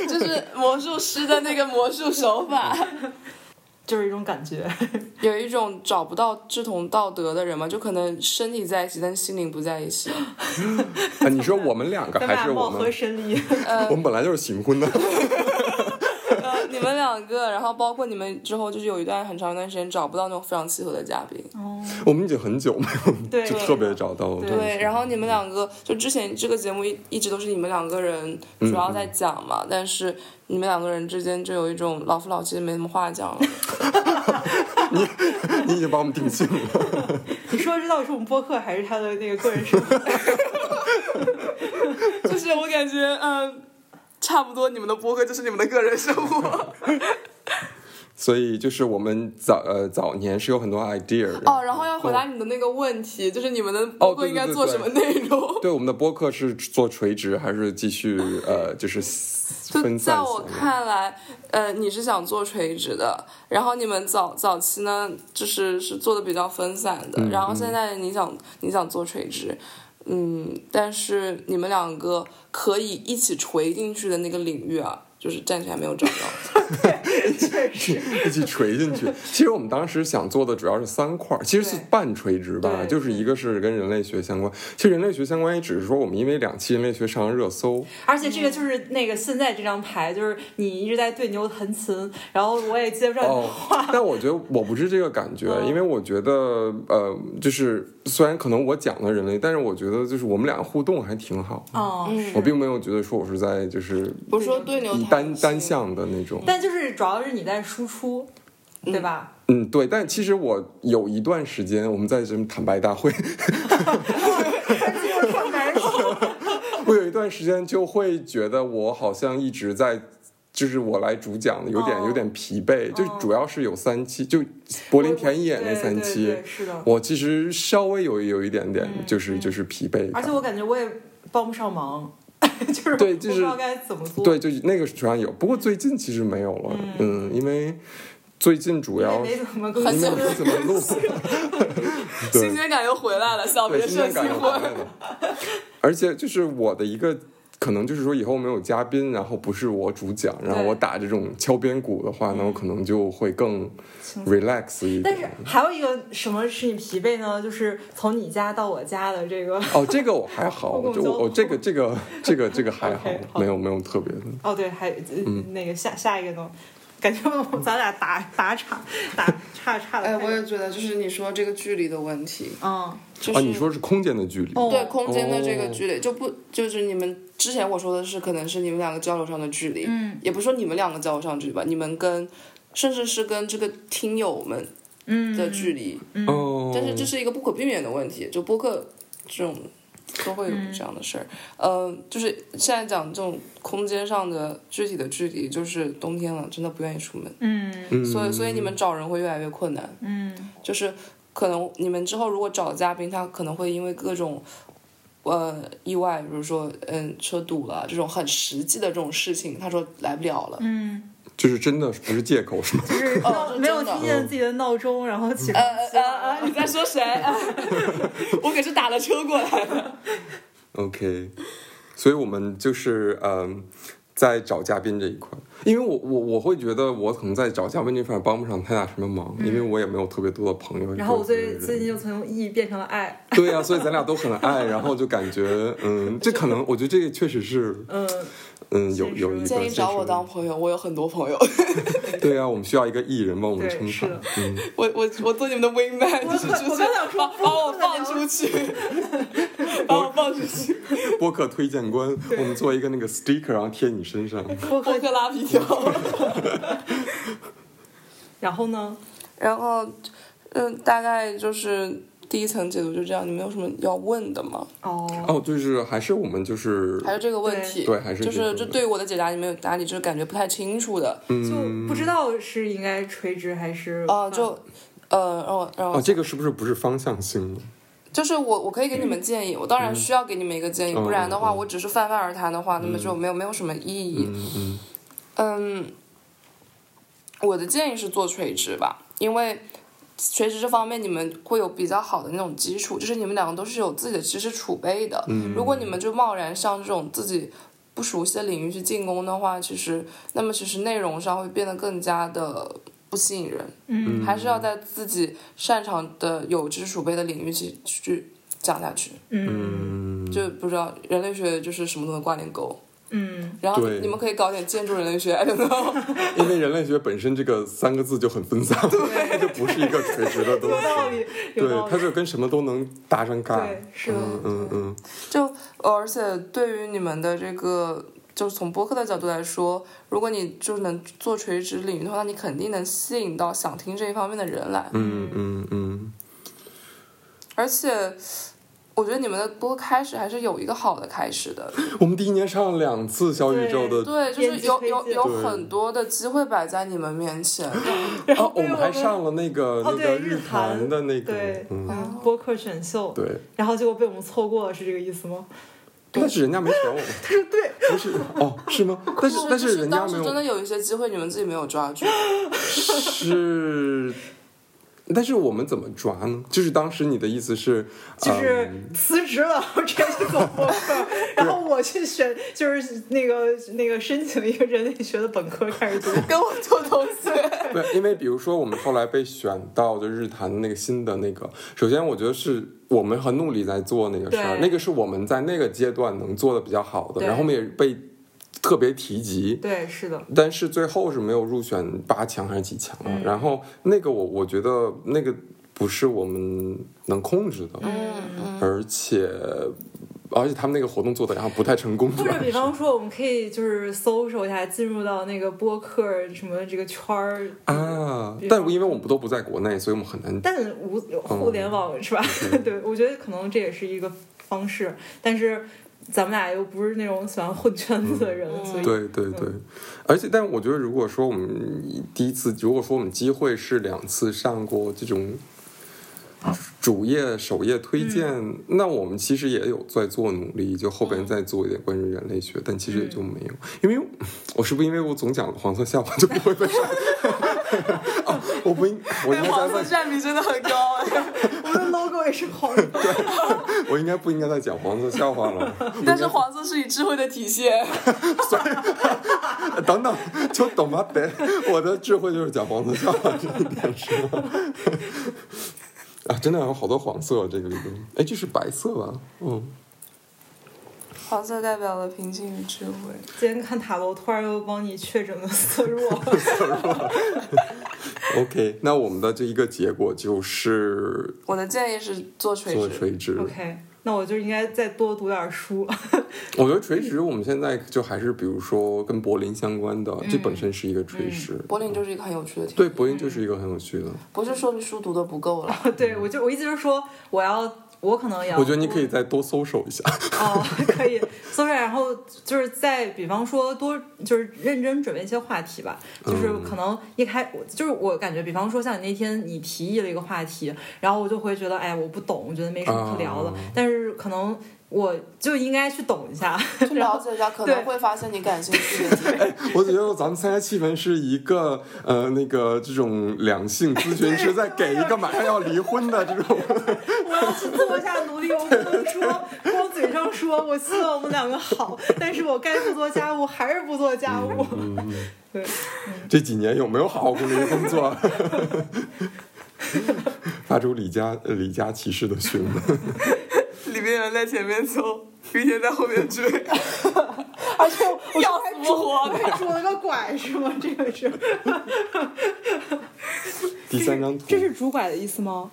Speaker 3: 就是魔术师的那个魔术 手法。
Speaker 2: 就是一种感觉。
Speaker 3: 有一种找不到志同道德的人嘛，就可能身体在一起，但心灵不在一起。
Speaker 1: 啊，你说我们两个
Speaker 2: 咱
Speaker 1: 还
Speaker 2: 俩
Speaker 1: 是我
Speaker 2: 貌合
Speaker 1: 们？
Speaker 2: 神离，
Speaker 1: 我们本来就是行婚的。
Speaker 3: 呃，你们两个，然后包括你们之后，就是有一段很长一段时间找不到那种非常契合的嘉宾。
Speaker 1: 我们已经很久没有
Speaker 2: 对
Speaker 1: 就特别找到，真的
Speaker 3: 对，
Speaker 1: 是
Speaker 3: 然后你们两个就之前这个节目一一直都是你们两个人主要在讲嘛，但是你们两个人之间就有一种老夫老妻没什么话讲了。
Speaker 1: 你已经把我们定性了。
Speaker 2: 你说这到底是我们播客还是他的那个个人生活？
Speaker 3: 就是我感觉，嗯，差不多你们的播客就是你们的个人生活
Speaker 1: 所以就是我们早呃早年是有很多 idea
Speaker 3: 哦。然后要回答你的那个问题，就是你们的播
Speaker 1: 哦
Speaker 3: 客
Speaker 1: 对对
Speaker 3: 应该
Speaker 1: 对
Speaker 3: 做
Speaker 1: 对
Speaker 3: 什么内容？
Speaker 1: 对我们的播客是做垂直还是继续呃就是
Speaker 3: 就
Speaker 1: 分
Speaker 3: 在
Speaker 1: 散
Speaker 3: 我
Speaker 1: 型的
Speaker 3: 看来，呃，你是想做垂直的，然后你们早早期呢，就是是做的比较分散的，
Speaker 1: 嗯
Speaker 3: 然后现在你想你想做垂直，嗯，但是你们两个可以一起垂进去的那个领域啊，就是暂时还没有 找到。
Speaker 1: 一起垂进 去。其实我们当时想做的主要是三块儿，其实是
Speaker 3: 对
Speaker 1: 半垂直吧，
Speaker 2: 对
Speaker 1: 就是一个是跟人类学相关。其实人类学相关也只是说我们因为两期人类学上了热搜，
Speaker 2: 而且这个就是那个现在这张牌，就是你一直在对牛弹琴，然后我也接不上你的
Speaker 1: 哦
Speaker 2: 话。，
Speaker 1: 但我觉得我不是这个感觉，
Speaker 3: 嗯
Speaker 1: 因为我觉得呃，就是虽然可能我讲了人类，但是我觉得就是我们俩互动还挺好。
Speaker 2: 哦，
Speaker 1: 我并没有觉得说我是在就是
Speaker 3: 我说对牛
Speaker 1: 以
Speaker 3: 弹
Speaker 1: 单
Speaker 3: 琴
Speaker 1: 单向的那种，
Speaker 2: 但就是主要是你在输出，对吧？
Speaker 1: 嗯，对。但其实我有一段时间我们在什么坦白大会， 嗯
Speaker 2: 好难受。
Speaker 1: 我有一段时间就会觉得我好像一直在，就是我来主讲的，有点、
Speaker 2: 哦
Speaker 1: 有点疲惫。就主要是有三期，就柏林田野啊那三期，
Speaker 2: 对对对是的。
Speaker 1: 我其实稍微有有一点点，就是、就是疲惫
Speaker 2: 而
Speaker 1: 感
Speaker 2: 且。我感觉我也帮不上忙， 就是
Speaker 1: 对
Speaker 2: 我
Speaker 1: 就是
Speaker 2: 不知道该怎么做，
Speaker 1: 对，就是那个主要有，不过最近其实没有了，嗯，因为最近主
Speaker 2: 也
Speaker 1: 要
Speaker 2: 没
Speaker 1: 是
Speaker 2: 怎么更
Speaker 1: 因为
Speaker 2: 新
Speaker 1: 我。不怎么录，对
Speaker 3: 新鲜感又回来了，小
Speaker 1: 对，
Speaker 3: 别
Speaker 1: 新
Speaker 3: 胜
Speaker 1: 鲜
Speaker 3: 啊
Speaker 1: 感又
Speaker 3: 新婚
Speaker 1: 来。 了。而且就是我的一个，可能就是说以后没有嘉宾，然后不是我主讲，然后我打这种敲边鼓的话，那我可能就会更
Speaker 3: 嗯
Speaker 1: relax 一
Speaker 2: 但是
Speaker 1: 点。
Speaker 2: 还有一个什么是你疲惫呢？就是从你家到我家的这个，
Speaker 1: 哦，这个我还 好，
Speaker 2: 公共
Speaker 1: 就
Speaker 2: 交
Speaker 1: 我我这个这个这个这个还好
Speaker 2: OK，，好
Speaker 1: 没有没有特别的。
Speaker 2: 哦对，还、呃
Speaker 1: 嗯
Speaker 2: 那个下下一个呢？感觉我咱俩打打岔打岔岔
Speaker 3: 哎
Speaker 2: 的。
Speaker 3: 觉得，就是你说这个距离的问题，
Speaker 2: 嗯，
Speaker 3: 就
Speaker 1: 啊，你说是空间的距离，
Speaker 2: 哦
Speaker 3: 对空间的这个
Speaker 1: 哦
Speaker 3: 距离，就不就是你们之前我说的是，可能是你们两个交流上的距离，嗯，也不是说你们两个交流上的距离吧，你们跟甚至是跟这个听友们，嗯的距离，
Speaker 1: 哦，
Speaker 3: 但是这是一个不可避免的问题，就播客这种都会有这样的事儿，呃，就是现在讲这种空间上的具体的距离，就是冬天了，真的不愿意出门，
Speaker 1: 嗯
Speaker 3: 所以所以你们找人会越来越困难。嗯，就是可能你们之后如果找嘉宾，他可能会因为各种。呃，意外，比如说，嗯，车堵了这种很实际的这种事情，他说来不了了。嗯，
Speaker 1: 就是真的不是借口是吗？
Speaker 2: 就是
Speaker 3: 哦是
Speaker 2: 没有
Speaker 3: 真的
Speaker 2: 听见自己的闹钟，然后起床
Speaker 3: 呃呃呃，你在说谁？ 我可是打了车过来的。
Speaker 1: OK，所以我们就是嗯，在找嘉宾这一块，因为我我我会觉得我可能在找嘉宾这块帮不上太大什么忙，因为我也没有特别多的朋友。
Speaker 2: 嗯然后我
Speaker 1: 也没
Speaker 2: 最
Speaker 1: 有特别多的
Speaker 2: 最近
Speaker 1: 人
Speaker 2: 就从 E 变成了 I，
Speaker 1: 对呀、所以咱俩都很爱，然后就感觉嗯，这可能我觉得这个确实是
Speaker 2: 嗯，
Speaker 1: 嗯有有一个
Speaker 3: 建议找我当朋友，我有很多朋友，
Speaker 1: 这是对呀、我们需要一个艺人帮我们
Speaker 2: 对
Speaker 1: 撑
Speaker 2: 是
Speaker 1: 场
Speaker 2: 的，
Speaker 1: 嗯，
Speaker 3: 我我我做你们的 wing man，就是
Speaker 2: 我
Speaker 3: 就是
Speaker 2: 刚想说
Speaker 3: 把把哦我
Speaker 2: 不能
Speaker 3: 放
Speaker 2: 聊
Speaker 3: 出去，把我放出去，
Speaker 1: 嗯播客推荐官，我们做一个那个 sticker，然后贴你身上。
Speaker 2: 播
Speaker 3: 我
Speaker 2: 客。
Speaker 3: 克拉皮条。
Speaker 2: 然后呢？
Speaker 3: 然后，嗯，大概就是第一层解读就这样。你们有什么要问的吗？
Speaker 2: 哦，
Speaker 1: 哦，就是还是我们就是
Speaker 3: 还是这个问题？
Speaker 1: 对对还是
Speaker 3: 就
Speaker 1: 这个
Speaker 3: 是
Speaker 1: 问题嗯
Speaker 3: 这对于我的解答，你们有哪里就是感觉不太清楚的？
Speaker 2: 就不知道是应该垂直还是
Speaker 3: 哦、就。呃，让我让我
Speaker 1: 哦，这个是不是不是方向性了？
Speaker 3: 就是我，我可以给你们建议，我当然需要给你们一个建议，
Speaker 1: 嗯
Speaker 3: 不然的话，
Speaker 1: 嗯嗯
Speaker 3: 我只是泛泛而谈的话，那么就没有没有什么意义。
Speaker 1: 嗯嗯
Speaker 3: 嗯，我的建议是做垂直吧，因为垂直这方面你们会有比较好的那种基础，就是你们两个都是有自己的知识储备的。
Speaker 1: 嗯
Speaker 3: 如果你们就贸然向这种自己不熟悉的领域去进攻的话，其实那么其实内容上会变得更加的不吸引人。嗯，还是要在自己擅长的有知识储备的领域去去讲下去。
Speaker 2: 嗯
Speaker 1: 嗯，
Speaker 3: 就不知道人类学就是什么都能挂点钩。
Speaker 2: 嗯，
Speaker 3: 然后
Speaker 1: 对
Speaker 3: 你们可以搞点建筑人类学，I don't know。
Speaker 1: 因为人类学本身这个三个字就很分散，它就不是一个垂直的东
Speaker 2: 有道
Speaker 1: 西，
Speaker 2: 理，有道
Speaker 1: 对，它
Speaker 2: 理，
Speaker 1: 就跟什么都能搭上杠。
Speaker 2: 对，是的，
Speaker 1: 嗯嗯嗯，
Speaker 3: 就呃而且对于你们的这个，就是从播客的角度来说，如果你就是能做垂直领域的话，那你肯定能吸引到想听这一方面的人来。
Speaker 1: 嗯嗯嗯，
Speaker 3: 而且，我觉得你们的播客开始还是有一个好的开始的，
Speaker 1: 我们第一年上了两次小宇宙的，
Speaker 3: 对，就
Speaker 2: 编
Speaker 3: 是
Speaker 2: 辑
Speaker 3: 有
Speaker 2: 推
Speaker 3: 有
Speaker 2: 荐
Speaker 3: 有
Speaker 1: 对
Speaker 3: 很多的机会摆在你们 面前。
Speaker 1: 啊，我们还上了那个
Speaker 2: 哦
Speaker 1: 那个
Speaker 2: 对日
Speaker 1: 坛
Speaker 2: 坛
Speaker 1: 的那个
Speaker 2: 对，，
Speaker 1: 嗯，
Speaker 2: 嗯，播客选秀，
Speaker 1: 对，
Speaker 2: 然后结果被我们错过了，是这个意思吗？
Speaker 1: 但是人家没选 我们，对，不是哦，是吗？但是但
Speaker 3: 就是
Speaker 1: 人家
Speaker 3: 当
Speaker 1: 没
Speaker 3: 时
Speaker 1: 有
Speaker 3: 真的有一些机会，你们自己没有抓 住。
Speaker 1: 是，但是我们怎么抓呢？就是当时你的意思是，
Speaker 2: 就是
Speaker 1: 嗯
Speaker 2: 辞职了，我直接去做播客，然后我去选，就是那个那个申请一个人类学的本科开始读。
Speaker 3: 跟我做同学，
Speaker 1: 对，因为比如说我们后来被选到就日坛的那个新的那个，首先我觉得是我们很努力在做那个事儿，
Speaker 2: 对
Speaker 1: 那个是我们在那个阶段能做的比较好的，
Speaker 2: 对
Speaker 1: 然后我们也被特别提及。
Speaker 2: 对，是的，
Speaker 1: 但是最后是没有入选八强还是几强啊？
Speaker 2: 嗯
Speaker 1: 然后那个我我觉得那个不是我们能控制
Speaker 2: 嗯
Speaker 1: 的，而且而且他们那个活动做的然后不太成功，
Speaker 2: 或
Speaker 1: 主要
Speaker 2: 者比
Speaker 1: 是
Speaker 2: 方说，我们可以就是搜索一下，进入到那个播客什么这个圈儿，
Speaker 1: 啊
Speaker 2: 比，
Speaker 1: 但
Speaker 2: 方
Speaker 1: 因为我们都不在国内，所以我们很难
Speaker 2: 但无互联网是吧？ 对，我觉得可能这也是一个方式，但是咱们俩又不是那种喜欢混圈子的人，所以
Speaker 1: 对对对，而且，但我觉得，如果说我们第一次，如果说我们机会是两次上过这种主页、首页推荐，那我们其实也有在做努力，就后边再做一点关于人类学，但其实也就没有，因为我是不是因为我总讲黄色笑话就不会被上？哦，我不应，我应该
Speaker 3: 黄色
Speaker 1: 在，
Speaker 3: 占比真的 很高哎。
Speaker 2: 我们的 logo 也是黄色。
Speaker 1: 我应该不应该再讲黄色笑话了？
Speaker 3: 但是黄色是你智慧的 体现。
Speaker 1: 等等，就懂吧，得， 我的智慧就是讲黄色笑话这一点是吗？ 啊，真的有好多黄色，这个里面，哎，这是白色吧？嗯，
Speaker 3: 黄色代表了平静与智慧。
Speaker 2: 今天看塔罗，突然又帮你确诊了色弱。
Speaker 1: OK，那我们的这一个结果就是
Speaker 3: 我的建议是做垂
Speaker 1: 做
Speaker 3: 直。
Speaker 1: 垂直。
Speaker 2: OK，那我就应该再多读点书。
Speaker 1: 我觉得垂直，我们现在就还是比如说跟柏林相关的，这本身是一个垂直。
Speaker 2: 嗯
Speaker 3: 柏林就是一个很有趣的地方，
Speaker 1: 对，柏林就是一个很有趣的。
Speaker 3: 不是说你书读的不够 了，
Speaker 2: 对，我就我意思就是说，我要我可能也要，
Speaker 1: 嗯我觉得你可以再多搜索一下。
Speaker 2: 哦，可以搜出来，然后就是再比方说多就是认真准备一些话题吧，就是
Speaker 1: 嗯
Speaker 2: 可能一开我就是我感觉，比方说像你那天你提议了一个话题，然后我就会觉得哎我不懂，我觉得没什么可聊的，
Speaker 1: 啊
Speaker 2: 但是可能我就应该去懂一下，
Speaker 3: 去了解一下，可能会发现你感兴趣的点。
Speaker 1: 我觉得咱们参加气氛是一个呃，那个这种两性咨询师在给一个马上要离婚的这种，
Speaker 2: 我要去做一下努力，我不能说光嘴上说我希望我们两个好，但是我该不做家务还是不做家务。对，
Speaker 1: 这几年有没有好好努力工作？ 发出李佳呃李佳骑士的询问，
Speaker 3: 里面人在前面走，雨天在后面追， 而且 我要死不活的。
Speaker 2: 还拄了个拐是吗？这个是
Speaker 1: 第三张图
Speaker 2: 这是拄拐的意思吗？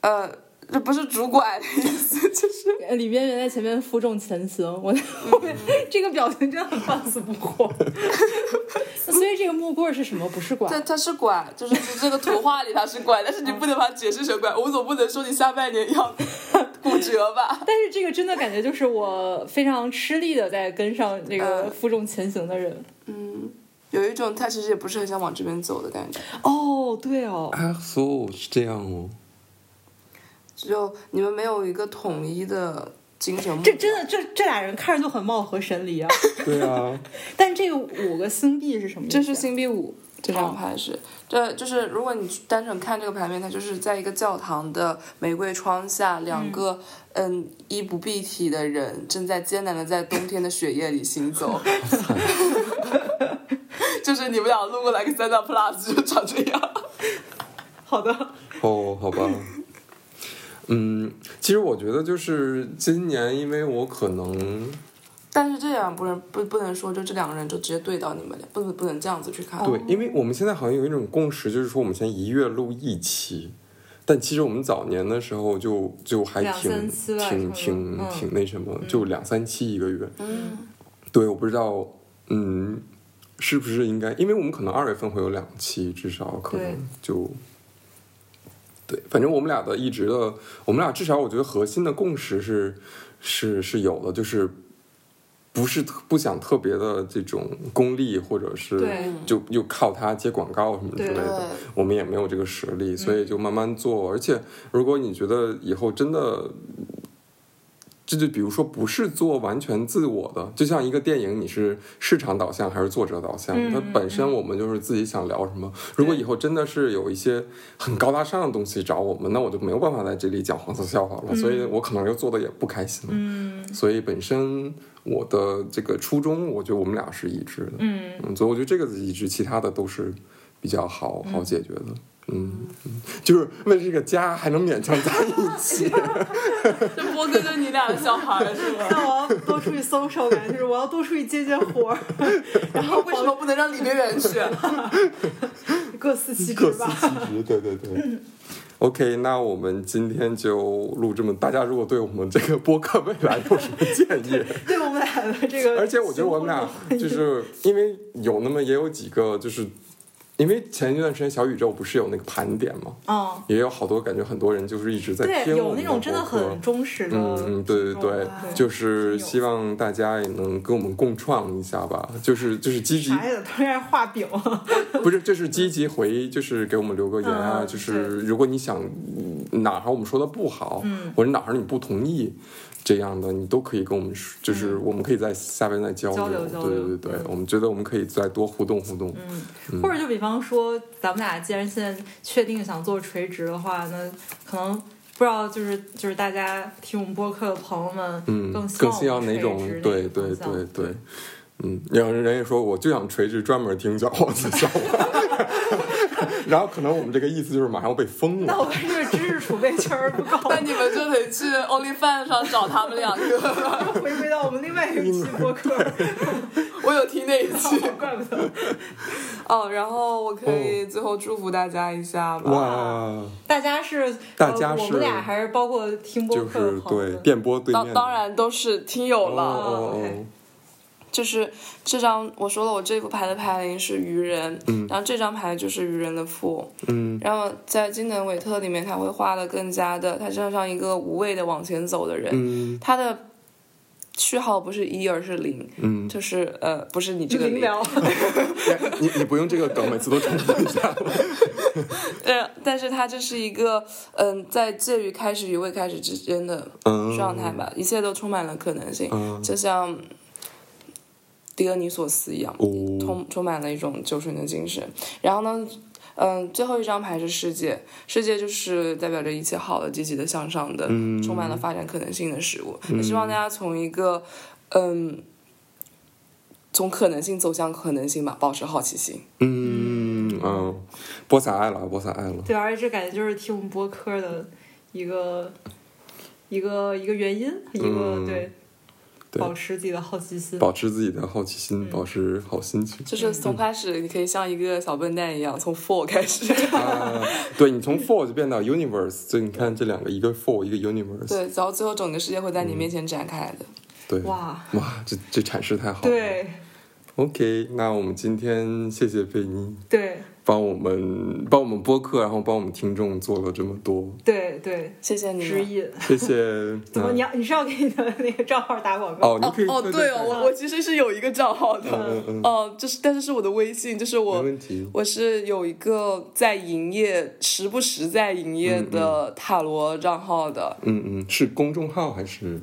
Speaker 3: 呃，这不是主管的意思，就是
Speaker 2: 呃李边缘在前面负重前行，我在后面，这个表情真的很半死不活。 所以这个木棍儿是什么？不是
Speaker 3: 它
Speaker 2: 拐。
Speaker 3: 它是管，就是这个图画里它是管，但是你不能把它解释成管，我总不能说你下半年要 骨折吧？
Speaker 2: 但是这个真的感觉就是我非常吃力的在跟上这个
Speaker 3: 嗯
Speaker 2: 负重前行的人。
Speaker 3: 有一种他其实也不是很想往这边走的感觉。
Speaker 2: 哦，对哦，
Speaker 1: 啊，所以是这样哦，
Speaker 3: 只有你们没有一个统一的精神目标
Speaker 2: 这真的这这俩人看着就很貌合神离啊。
Speaker 1: 对啊，
Speaker 2: 但这个五个星币是什么意思？啊
Speaker 3: 这是星币五这张牌是，这就是如果你单纯看这个牌面，它就是在一个教堂的玫瑰窗下，两个嗯衣不蔽体的人正在艰难的在冬天的雪夜里行走。 就是你们俩路过来个三大 plus 就长这样，
Speaker 2: 好的，
Speaker 1: 哦，好吧。嗯，其实我觉得就是今年，因为我可能
Speaker 3: 但是这样不能不不能说就这两个人就直接对到你们俩，不能不能这样子去
Speaker 2: 哦
Speaker 3: 看。
Speaker 1: 对，因为我们现在好像有一种共识，就是说我们现在一月录一期，但其实我们早年的时候就就还
Speaker 2: 两
Speaker 1: 挺
Speaker 2: 三期
Speaker 1: 挺
Speaker 2: 吧差不多
Speaker 1: 挺
Speaker 2: 嗯
Speaker 1: 挺那什么，就两三期一个月。
Speaker 3: 嗯，
Speaker 1: 对，我不知道，嗯，是不是应该？因为我们可能二月份会有两期，至少可
Speaker 2: 对
Speaker 1: 能就。对，反正我们俩的一直的，我们俩至少我觉得核心的共识是是是有的，就是不是特不想特别的这种功利，或者是
Speaker 2: 对
Speaker 1: 就又靠它接广告什么之类
Speaker 2: 对
Speaker 1: 的，我们也没有这个实力，所以就慢慢做。而且如果你觉得以后真的这就比如说不是做完全自我的，就像一个电影，你是市场导向还是作者导向？
Speaker 2: 嗯
Speaker 1: 它
Speaker 2: 嗯
Speaker 1: 本身我们就是自己想聊什么。如果以后真的是有一些很高大上的东西找我们，那我就没有办法在这里讲黄色笑话了，所以我可能又做的也不开心了。
Speaker 2: 嗯
Speaker 1: 所以本身我的这个初衷，我觉得我们俩是一致的。
Speaker 2: 嗯，
Speaker 1: 嗯，所以我觉得这个是一致，其他的都是比较好好解决的。嗯，嗯就是为了这个家还能勉强在一 起。
Speaker 3: 这波哥就你俩的小孩是吗？
Speaker 2: 那我要多出去 social 感，就是我要多出去接接活儿，然后
Speaker 3: 为什么不能让李明远去？
Speaker 2: 各司其
Speaker 1: 各司其职，对对对。OK，那我们今天就录这么。大家如果对我们这个播客未来有什么建 议，
Speaker 2: 对我们俩的这个
Speaker 1: 而且我觉得我们俩就是因为有那么也有几个，就是因为前一段时间小宇宙不是有那个盘点嘛，
Speaker 2: 嗯，
Speaker 1: 也有好多感觉很多人就是一直在
Speaker 2: 对，
Speaker 1: 听我
Speaker 2: 有
Speaker 1: 们
Speaker 2: 那种真的
Speaker 1: 播客
Speaker 2: 很忠实的，
Speaker 1: 嗯嗯，对对对
Speaker 2: 哇，
Speaker 1: 就是希望大家也能跟我们共创一下吧，就是就是积极
Speaker 2: 啥也得突然画饼，
Speaker 1: 不是，就是积极回，就是给我们留个言啊。
Speaker 2: 嗯
Speaker 1: 就是如果你想嗯哪儿我们说的不好，
Speaker 2: 嗯
Speaker 1: 或者哪儿你不同意这样的，你都可以跟我们说，就是我们可以在下边再交流。
Speaker 2: 嗯交流交流
Speaker 1: 对对对对，我们觉得我们可以再多互动互动。
Speaker 2: 或者就比方说，咱们俩既然现在确定想做垂直的话，那可能不知道就是就是大家听我们播客的朋友们，
Speaker 1: 嗯，
Speaker 2: 更
Speaker 1: 更希望
Speaker 2: 望我们
Speaker 1: 哪
Speaker 2: 垂
Speaker 1: 种
Speaker 2: 直哪？
Speaker 1: 对
Speaker 2: 个
Speaker 1: 对
Speaker 2: 方向
Speaker 1: 对对。嗯，然后人家说我就想垂直专门听小伙子笑话， 然后可能我们这个意思就是马上要被封
Speaker 2: 那我
Speaker 1: 了。
Speaker 2: 们这个知识储备确实不够，
Speaker 3: 那你们就得去 OnlyFans 上找他们两个。
Speaker 2: 回归到我们另外一期播 客，
Speaker 3: 我有听那一期
Speaker 2: 怪不得
Speaker 3: 哦，然后我可以最后祝福大家一下吧。
Speaker 1: 哇，
Speaker 2: 大家是
Speaker 1: 大家
Speaker 2: 呃我
Speaker 1: 是
Speaker 2: 们俩还是包括听播
Speaker 1: 就
Speaker 2: 客
Speaker 1: 是
Speaker 2: 的朋友
Speaker 1: 对
Speaker 2: 们
Speaker 1: 电波对面
Speaker 3: 当
Speaker 1: 的，
Speaker 3: 当然都是听友
Speaker 1: 哦
Speaker 3: 了，
Speaker 1: 哦哦
Speaker 2: OK。
Speaker 3: 就是这张我说了，我这副牌的牌灵是愚人，然后这张牌就是愚人的父，
Speaker 1: 嗯，
Speaker 3: 然后在金能韦特里面，他会画的更加的，他就像一个无畏的往前走的人，
Speaker 1: 嗯
Speaker 3: 他的序号不是一而是零，
Speaker 1: 嗯，
Speaker 3: 就是呃不是你这个
Speaker 2: 零聊，
Speaker 1: 你你不用这个梗，每次都重复一下。
Speaker 3: 对，但是它这是一个嗯，在介于开始与未开始之间的
Speaker 1: 嗯
Speaker 3: 状态吧，一切都充满了可能性，
Speaker 1: 嗯
Speaker 3: 就像狄俄尼索斯一样，
Speaker 1: 哦，
Speaker 3: 充充满了一种救赎的精神。然后呢，嗯，最后一张牌是世界，世界就是代表着一切好的、积极的、向上的，
Speaker 1: 嗯
Speaker 3: 充满了发展可能性的事物。也希望大家从一个嗯。从可能性走向可能性吧，保持好奇心。
Speaker 1: 嗯嗯，播撒爱了，播撒爱了。
Speaker 2: 对，而且这感觉就是听我们播客的一个一个一个原因，一个、
Speaker 1: 嗯
Speaker 2: 对
Speaker 1: 对
Speaker 2: 保持自己的好奇心。
Speaker 1: 保持自己的好奇心，保持好心情。
Speaker 3: 就是从开始，你可以像一个小笨蛋一样，从 four 开始，
Speaker 1: 啊，对你从 four 就变到 universe，就你看这两个，一个 four，一个 universe。
Speaker 3: 对，然后最后整个世界会在你面前展开的。
Speaker 1: 对，
Speaker 2: 哇
Speaker 1: 哇，这这阐释太好了。
Speaker 2: 对
Speaker 1: ，OK，那我们今天谢谢贝妮
Speaker 2: 对
Speaker 1: 帮我们帮我们播客，然后帮我们听众做了这么多，
Speaker 2: 对对，
Speaker 3: 谢谢你
Speaker 2: 指
Speaker 3: 们。
Speaker 2: 引。
Speaker 1: 谢谢。
Speaker 2: 怎么
Speaker 1: 嗯
Speaker 2: 你要你是要给你的 那个账号打广告？
Speaker 1: 哦，你可以
Speaker 3: 哦，
Speaker 1: 对
Speaker 3: 对哦，我我其实是有一个账号的，
Speaker 1: 嗯嗯嗯
Speaker 3: 哦，就是但是是我的微信，就是
Speaker 1: 没
Speaker 3: 我
Speaker 1: 问题。
Speaker 3: 我是有一个在营业，时不时在营业的塔罗账号的
Speaker 1: 嗯嗯，是公众号还是？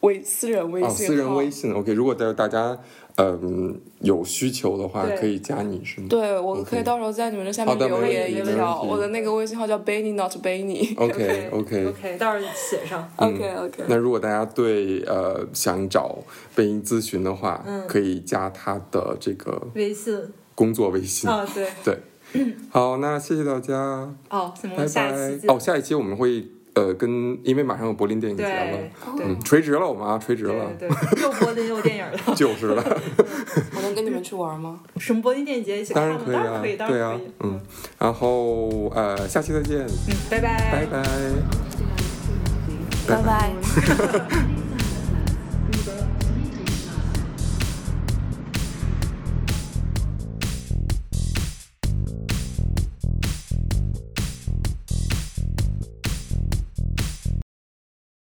Speaker 3: 微私人微
Speaker 1: 哦，
Speaker 3: 信、
Speaker 1: 私人微。信，OK。如果大大家嗯有需求的话，
Speaker 2: 对
Speaker 1: 可以加你是吗？
Speaker 3: 对，我可以
Speaker 1: OK
Speaker 3: 到时候在你们这下
Speaker 1: 好
Speaker 3: 面
Speaker 1: 的
Speaker 3: 留
Speaker 1: 没
Speaker 3: 言
Speaker 2: 问
Speaker 3: 一
Speaker 2: 题没
Speaker 3: 条。
Speaker 1: 问题
Speaker 3: 我的那个微信号叫 Benny not Benny。
Speaker 1: OK
Speaker 2: OK
Speaker 1: OK。
Speaker 2: OK，到时候写上。
Speaker 3: OK OK，
Speaker 1: 嗯那如果大家对呃想找贝音咨询的话，
Speaker 2: 嗯
Speaker 1: 可以加他的这个
Speaker 2: 微信
Speaker 1: 工作微信。
Speaker 2: 啊，对
Speaker 1: 对，好，那谢谢大家，
Speaker 2: 哦，那
Speaker 1: 拜
Speaker 2: 我们下
Speaker 1: 拜哦
Speaker 2: 期。见。
Speaker 1: 哦，下一期我们会呃，跟因为马上有柏林电影节了
Speaker 2: 对，对
Speaker 1: 嗯，垂直了，我们啊，垂直了，
Speaker 2: 对对，又柏林又电影了，
Speaker 1: 就是了，
Speaker 3: 我能跟你们去玩吗？
Speaker 2: 什么柏林电影节一起
Speaker 1: 当
Speaker 2: 看
Speaker 1: 然
Speaker 2: 吗？
Speaker 1: 可以啊
Speaker 2: 当然可以，，当
Speaker 1: 对啊
Speaker 2: 然可以，，嗯
Speaker 1: 嗯，然后呃，下期再见，
Speaker 2: 嗯，拜
Speaker 1: 拜拜。
Speaker 4: 拜拜。